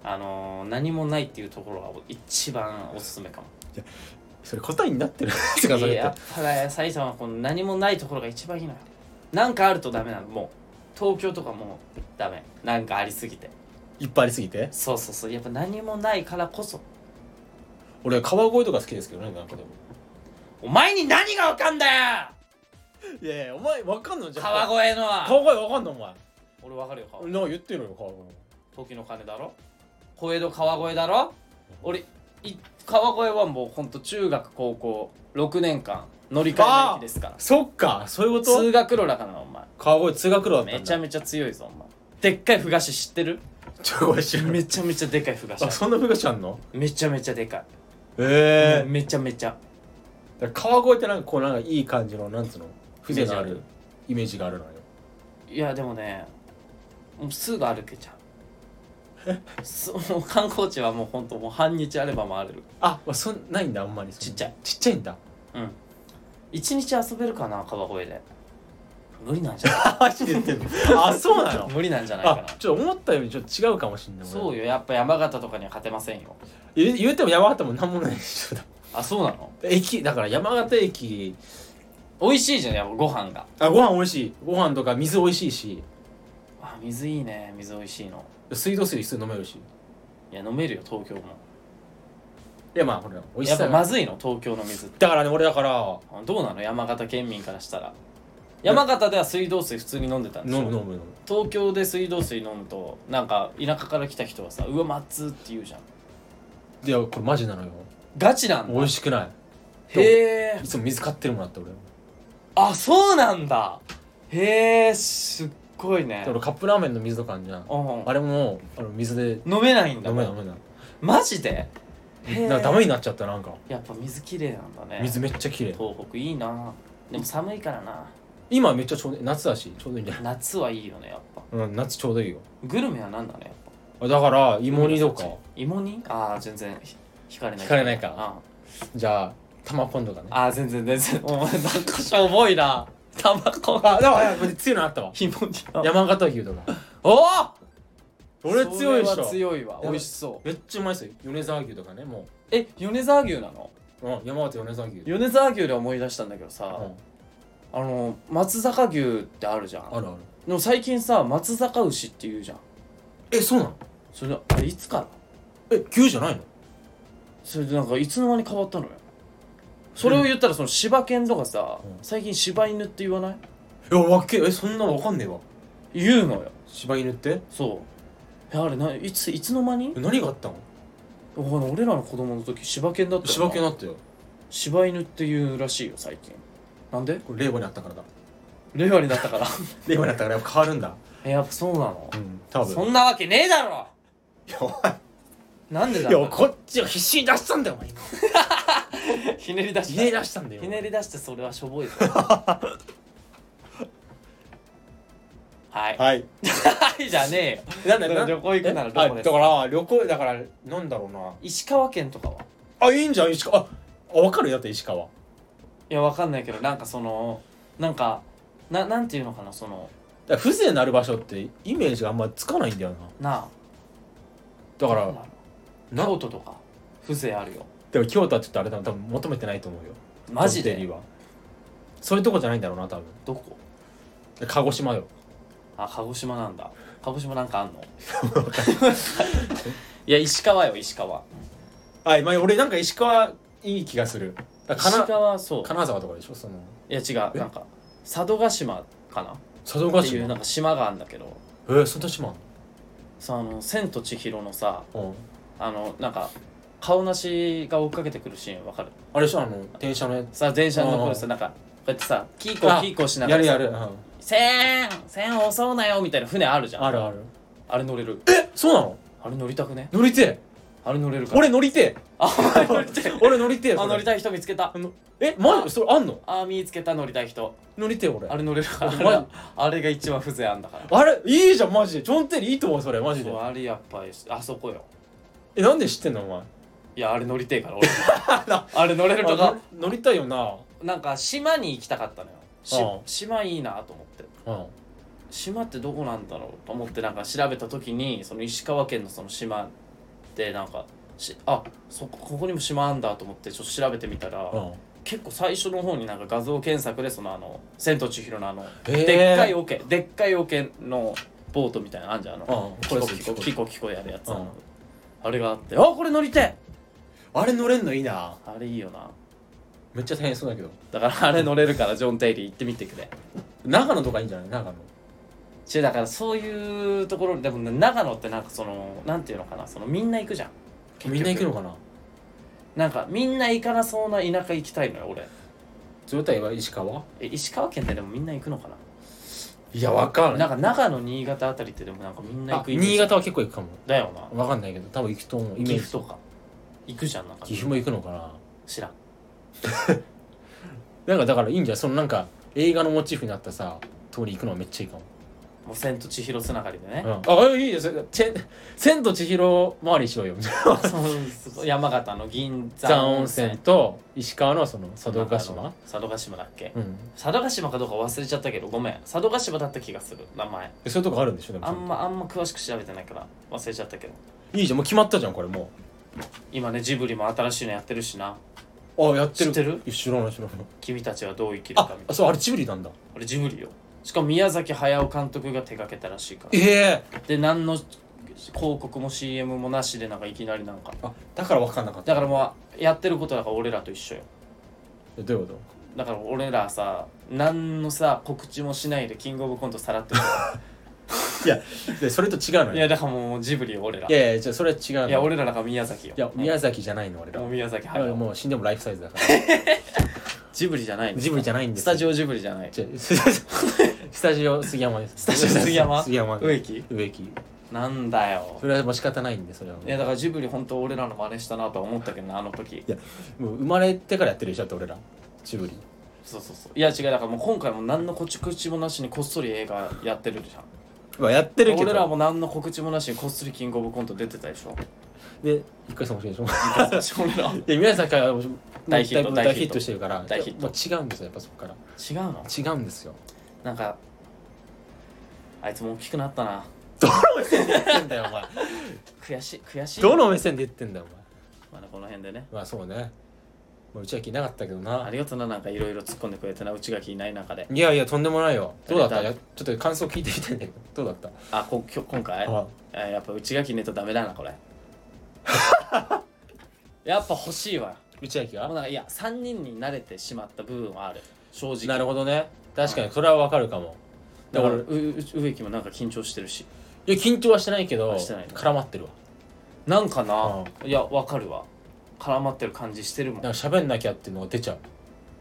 S2: あのー何もないっていうところが一番おすすめかも
S1: それ答えになってるん ですかそれ
S2: や
S1: っ
S2: っぱね埼玉はこの何もないところが一番いいのよなんかあるとダメなのもう東京とかもうダメなんかありすぎて
S1: ていっぱいありすぎて
S2: そうそうそうやっぱ何もないからこそ
S1: 俺川越とか好きですけどねなんかでも
S2: お前に何がわかんだよ
S1: いやいやお前わかんのじゃん
S2: 川越のは
S1: 川越わかんのお前
S2: 俺わかるよ川越
S1: なんか言ってるよ川越
S2: 時の鐘だろ小江戸川越だろ俺い川越はもうほんと中学高校6年間乗り換えの駅ですから
S1: そっかそういうこと
S2: 通学路だからなお前
S1: 川越通学路だったんだ
S2: めちゃめちゃ強いぞお前でっかいふがし知ってる
S1: ちょごめん知らない
S2: めちゃめちゃでかいふがし
S1: あそんなふがちゃんの
S2: めちゃめちゃでかい、
S1: え
S2: めちゃめちゃ
S1: え川越ってなんかこうなんかいい感じのなんつうの風情のあ
S2: イメー
S1: る
S2: ジ
S1: イメージがあるのよ
S2: いやでもねもうすぐ歩けちゃうその観光地は もうほんともう半日あれば回れる
S1: あまあそんないんだあんまり
S2: ちっちゃい
S1: ちっちゃい んだ
S2: うん一日遊べるかな川越で無理なんじゃな
S1: マ
S2: い
S1: ジで言ってんのあそう なの
S2: 無理なんじゃないか
S1: あ
S2: な
S1: ちょっと思ったよりちょっと違うかもしんない
S2: そう
S1: よ
S2: よやっぱ山形とかには勝てませんよ
S1: 言う言うても山形もなんもないでしょ
S2: あそうなの
S1: 駅だから山形駅
S2: 美味しいじゃんやっぱご飯が
S1: あご飯美味しいご飯とか水美味しいし
S2: あ水いいね水美味しいの
S1: 水道水普通に飲めるし
S2: いや飲めるよ東京も
S1: いやまあほら美味
S2: や
S1: し
S2: っ
S1: さ
S2: ぱ
S1: が
S2: まずいの東京の水って
S1: だからね俺だから
S2: あどうなの山形県民からしたら山形では水道水普通に飲んでたんです
S1: 飲
S2: よ
S1: む飲む飲む
S2: 東京で水道水飲むとなんか田舎から来た人はさうわ松って言うじゃん
S1: いやこれマジなのよ
S2: ガチなん
S1: 美
S2: だ
S1: 味しくない
S2: へえ
S1: いつも水買ってるもんだって俺
S2: あそうなんだへえすっごいね
S1: で俺カップラーメンの水とかあんじゃん
S2: うん
S1: あれもあの水で
S2: 飲めないんだ
S1: 飲めない飲めな
S2: マジでへ
S1: い
S2: え
S1: なんかダメになっちゃったなんか
S2: やっぱ水きれいなんだね
S1: 水めっちゃ綺麗
S2: 東北いいなでも寒いからな
S1: 今めっちゃちょうどいい夏だしちょうどいいんじゃない
S2: 夏はいいよねやっぱ
S1: うん夏ちょうどいいよ
S2: グルメは何なのやっぱ
S1: あだから芋煮とか
S2: 芋煮ああ全然ひ惹かれない
S1: 惹かれないか
S2: あ
S1: じゃあ玉コンドがね
S2: あ全然全 然お前なんかしょぼいなタバコが
S1: あだから俺強いのあ ったわ
S2: 芋煮
S1: 山形牛とか
S2: おお
S1: 俺強いでし
S2: それは
S1: ょ
S2: 強いわ
S1: やばい
S2: 美味しそう
S1: めっちゃうまいっすよ米沢牛とかねも
S2: え米沢牛なの
S1: う、うん、山形米沢牛
S2: 米沢牛で思い出したんだけど
S1: うん
S2: さ、
S1: ある
S2: あの松坂牛ってあるじゃ
S1: あ
S2: ん
S1: る
S2: でも最近さ松坂牛って言うじゃん
S1: えそうなの
S2: それであれいつから
S1: え牛じゃないの
S2: それでなんかいつの間に変わったのよそれを言ったらその柴犬とかさ、
S1: うん
S2: 最近柴犬って言わない
S1: えわけえそんなわかんねえわ
S2: 言うのよ
S1: 柴犬って
S2: そうえあれないついつの間に
S1: え何があったの
S2: お前俺らの子供の時柴犬だったよな
S1: 柴犬だったよ
S2: 柴犬っていうらしいよ最近なんで
S1: これ令和にあったからだ
S2: 令和になっ たから
S1: 令和になったからやっぱ変わるんだ
S2: えやっぱそうなの
S1: うん多分
S2: そんなわけねえだろ
S1: いやお
S2: なんでだ
S1: 前いや
S2: ろ
S1: こっちが必死に出したんだよお前今
S2: うひねり出し
S1: ひ
S2: た
S1: ねり出したんだよ
S2: ひねり出してそれはしょぼいぞは
S1: はい
S2: い。はい、じゃねえ
S1: な
S2: よ。
S1: ん
S2: だ
S1: だ
S2: から
S1: な
S2: 旅行行くならどこ
S1: あ
S2: です
S1: だ
S2: か
S1: から旅行だからなんだろうな
S2: 石川県とかは
S1: あいいんじゃん石川ああ分かるよだって石川
S2: いや、わかんないけど、なんかその、なんか、ななんていうのかな、その、
S1: だから風情のある場所ってイメージがあんまつかないんだよな
S2: なあ、
S1: だか
S2: ど
S1: ら
S2: うなの
S1: な
S2: 京都とか、風情あるよ。
S1: でも京都はちょっとあれだな多分求めてないと思うよ
S2: マジ
S1: ポンテリ
S2: で
S1: はそういうとこじゃないんだろうな多分
S2: どこ
S1: で鹿児島よ
S2: あ、鹿児島なんだ。鹿児島なんかあんの いや、石川よ、石川。
S1: あ今俺なんか石川いい気がするだから
S2: 石
S1: 金
S2: 川、そう。
S1: 金沢とかでしょその
S2: いや、違う、
S1: え
S2: なんか、佐渡島かな
S1: 佐渡
S2: っていう、
S1: 島
S2: なんか島があるんだけど、
S1: えー、その島
S2: さ、あの、千と千尋のさ、
S1: うん
S2: あの、なんか、顔なしが追っかけてくるシーンわかる
S1: あれでしょあの電車のやつ
S2: さ電車に残るさなんかこうやってさキーコー
S1: あ
S2: キーコーしなが
S1: や
S2: ら
S1: る
S2: さ
S1: やる、うん、あ
S2: せーんせーん襲うなよみたいな船あるじゃん
S1: るある
S2: あれ乗れる
S1: えそうなの
S2: あれ乗りたくね
S1: 乗りてえ
S2: あれ乗れるから
S1: 俺乗りて
S2: あ
S1: え
S2: 乗りたい
S1: 俺乗りてえ
S2: あ
S1: それ
S2: 乗りたい人見つけた
S1: あのえマジそれあんの
S2: あー見つけた乗りたい人
S1: 乗りてえ俺
S2: あれ乗れるか
S1: マジ
S2: らあれが一番風情あんだから
S1: あれいいじゃんマジでジョン・テリーいいと思うそれマジで
S2: そうあれやっぱりあそこよ
S1: えなんで知ってんのお前
S2: いやあれ乗りてえから 俺あれ乗れると
S1: あ
S2: か
S1: 乗乗りたいよな
S2: なんか島に行きたかったのよし
S1: ああ
S2: 島いいなと思って
S1: うん
S2: 島ってどこなんだろうと思ってなんか調べた時にその石川県のその島でなんかしあそこここにも島あんだと思ってちょっと調べてみたら、
S1: うん
S2: 結構最初の方になんか画像検索でそのあの「千と千尋」のあの、
S1: へー
S2: でっかいオケでっかいオケのボートみたいなのあんじゃんあの、
S1: うん
S2: キ
S1: これ
S2: コ
S1: そう
S2: キ
S1: キ
S2: コ
S1: コ
S2: キコキコやるやつ、
S1: うん
S2: あれがあってあこれ乗りてえ
S1: あれ乗れんのいいな
S2: あれいいよな
S1: めっちゃ大変そうだけど
S2: だからあれ乗れるからジョン・テイリー行ってみてくれ
S1: 長野とかいいんじゃない長野
S2: 違うだからそういうところでも長野ってなんかそのなんていうのかなそのみんな行くじゃん
S1: みんな行くのかな
S2: なんかみんな行かなそうな田舎行きたいのよ俺
S1: それとは石川
S2: え石川県ってでもみんな行くのかない
S1: やわか
S2: なんか長野新潟あたりってでもなんかみんな行
S1: あ
S2: くイメージ
S1: 新潟は結構行くかも
S2: だよな
S1: わかんないけど多分行くと思うイメ
S2: 岐
S1: ー
S2: 阜
S1: ジ
S2: とか行くじゃんなんか
S1: 岐阜も行くのかな
S2: 知らん
S1: なんかだからいいんじゃないそのなんか映画のモチーフになったさ通り行くのはめっちゃいいかも
S2: もう千と千尋つながりでね、
S1: あいいですチェ千と千尋回りし ようよみたいな
S2: そう山形の銀
S1: 山
S2: 山
S1: 温
S2: 温
S1: 泉
S2: 泉
S1: と石川のその佐渡島
S2: 佐渡島だっけ
S1: うん
S2: 佐渡島かどうか忘れちゃったけどごめん佐渡島だった気がする名前
S1: えそういうとこあるんでしょでも
S2: あんまあんま詳しく調べてないから忘れちゃったけど
S1: いいじゃんもう決まったじゃんこれも
S2: 今ねジブリも新しいのやってるしな
S1: うあやって
S2: 知
S1: る
S2: ってる
S1: 知らない知らない
S2: 君たちはどう生きるかみた
S1: あ
S2: いな
S1: あそうあれジブリなんだ
S2: これジブリよしかも宮崎駿監督が手掛けたらしいから
S1: ええ
S2: で何の広告も CM もなしでなんかいきなりなんか
S1: あだから分かんなかった
S2: だからもうやってることだから俺らと一緒よ
S1: えどういうこ
S2: だから俺らさ何のさ告知もしないでキングオブコントさらってる
S1: といやでそれと違うのよ
S2: いやだからもうジブリよ俺ら
S1: い
S2: いや
S1: やいやじゃあそれは違うの
S2: 俺らだから宮崎よ
S1: いや宮崎じゃないの俺ら
S2: もう宮崎
S1: いや
S2: 駿
S1: もう死んでもライフサイズだか
S2: ジブリじゃない
S1: ら
S2: の
S1: ジブリじゃないんです
S2: スタジオジブリじゃない
S1: じゃあ ススタジオ杉山です
S2: スタジオ杉山
S1: 杉山
S2: 植木
S1: 植木
S2: なんだよ
S1: それはもう仕方ないんでそれはもう
S2: いやだからジブリ本当俺らの真似したなとは思ったけどなあの時
S1: もう生まれてからやってるでしょだって俺らジブリ
S2: そうそうそういや違うだからもう今回も何の告知もなしにこっそり映画やってるじゃん
S1: まあやってるけど
S2: 俺らも何の告知もなしにこっそりキングオブコント出てたでし ょ
S1: で一回戦面白いでしょ
S2: 俺ら
S1: で宮崎からも
S2: 大ヒット
S1: もう
S2: 大
S1: 大
S2: ヒ
S1: ヒ
S2: ッ
S1: ッ
S2: ト
S1: トしてるから
S2: 大ヒット
S1: もう違うんですよやっぱそこから
S2: 違うの
S1: 違うんですよ
S2: なんかあいつも大きくなったな
S1: どの目線で言ってんだよお前
S2: 悔しい悔しい
S1: どの目線で言ってんだよお前
S2: まあねこの辺でね
S1: まあそうねまあうちは気なかったけどな
S2: ありがとうななんかいろいろ突っ込んでくれてなうちが気いない中で
S1: いやいやとんでもないよどうだった
S2: 誰だ
S1: やちょっと感想聞いてみたいんだけどどうだった
S2: あこ今日今回
S1: あ
S2: あやっぱうちが気ねえとダメだな これやっぱ欲しいわ
S1: 内明
S2: も
S1: が
S2: うなんかいや3人に慣れてしまった部分はある正直
S1: なるほどね確かにそれはわかるかも
S2: だから
S1: だ
S2: うう植木もなんか緊張してるし
S1: いや緊張はしてないけど
S2: してないの
S1: 絡まってるわ
S2: なんかな、いやわかるわ絡まってる感じしてるもん
S1: なんか喋んなきゃっていうのが出ちゃう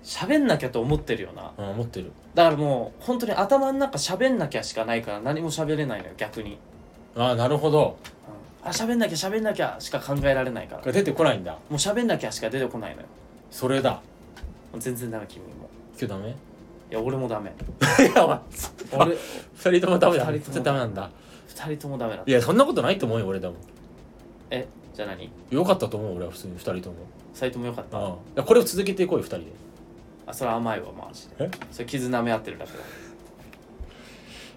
S2: 喋んなきゃと思ってるよな
S1: うん思ってる
S2: だからもう本当に頭の中喋んなきゃしかないから何も喋れないのよ逆に、
S1: ああなるほど
S2: うん、あ喋んなきゃ喋んなきゃしか考えられないから
S1: こ
S2: も
S1: れ出てこないんだ
S2: う喋んなきゃしか出てこないのよ
S1: それだ
S2: もう全然ダメ君も
S1: 今日ダメ
S2: いや俺もダメ
S1: いやお前
S2: 俺
S1: 二人ともダメだ
S2: 二
S1: 二
S2: 人
S1: 人
S2: とも
S1: ダメなんだ
S2: 二人ともダメだっ
S1: い
S2: た
S1: やそんなことないと思うよ俺でも
S2: えじゃあ何
S1: よかったと思う俺は普通に二人とも
S2: 二人ともよかった
S1: ああこれを続けていこうよ二人で
S2: あそれは甘いわマジで
S1: え
S2: それ絆め合ってるだけだ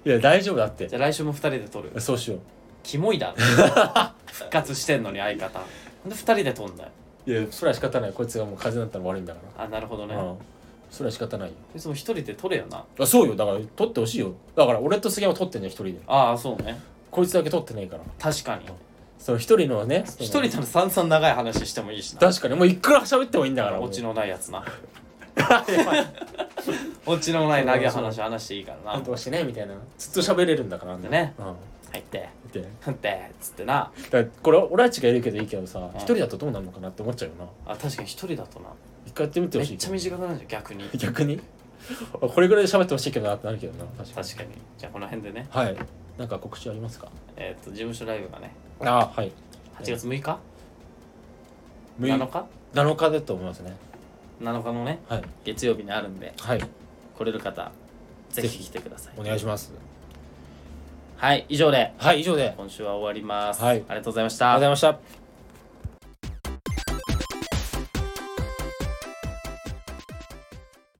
S1: いや大丈夫だって
S2: じゃあ来週も二人で撮る
S1: そうしよ
S2: キモいだろ復活してんのに相方なんで二人で撮んだよ
S1: ういやそれは仕方ないこいつがもう風邪になったら悪いんだか
S2: あなるほどね
S1: ら、うんそれは仕方ないよ
S2: いつも一人で撮れよな
S1: あそうよだから取ってほしいよだから俺と杉山取ってんね一人で
S2: ああそうね
S1: こいつだけ取ってないから
S2: 確かに
S1: そう一人のねその
S2: 一人との散々長い話してもいいしな
S1: 確かにもういくら喋ってもいいんだから
S2: オチ
S1: の
S2: のないやつなオチのない長い話話していいから
S1: な
S2: なん
S1: とかしてねみたいなずっと喋れるんだから
S2: でね
S1: うん
S2: 入って
S1: でだ
S2: 入ってっつってな
S1: からこれ俺たちがいるけどいいけどさ
S2: ん
S1: 一人だとどうなるのかなって思っちゃうよな
S2: あ確かに一人だとな
S1: 一回やってみて
S2: め
S1: ほしい
S2: っちゃ
S1: け
S2: 短くなるじゃん逆に
S1: ど逆にあこれぐらいで喋ってほしいけどなってなるけどな確かに
S2: 確かにじゃあこの辺でね
S1: はいなんか告知ありますか
S2: えっと事務所ライブがね
S1: あはい
S2: 8月6日
S1: むい
S2: 7日
S1: 7日だと思いますね
S2: 7日のね
S1: はい
S2: 月曜日にあるんで
S1: はい
S2: 来れる方ぜ
S1: ぜ
S2: ひ
S1: ひ
S2: 来てください
S1: お願いします
S2: はい以上で
S1: はい以上でありがとう
S2: 今週は終わります、
S1: はい
S2: ありがとうございました
S1: ございました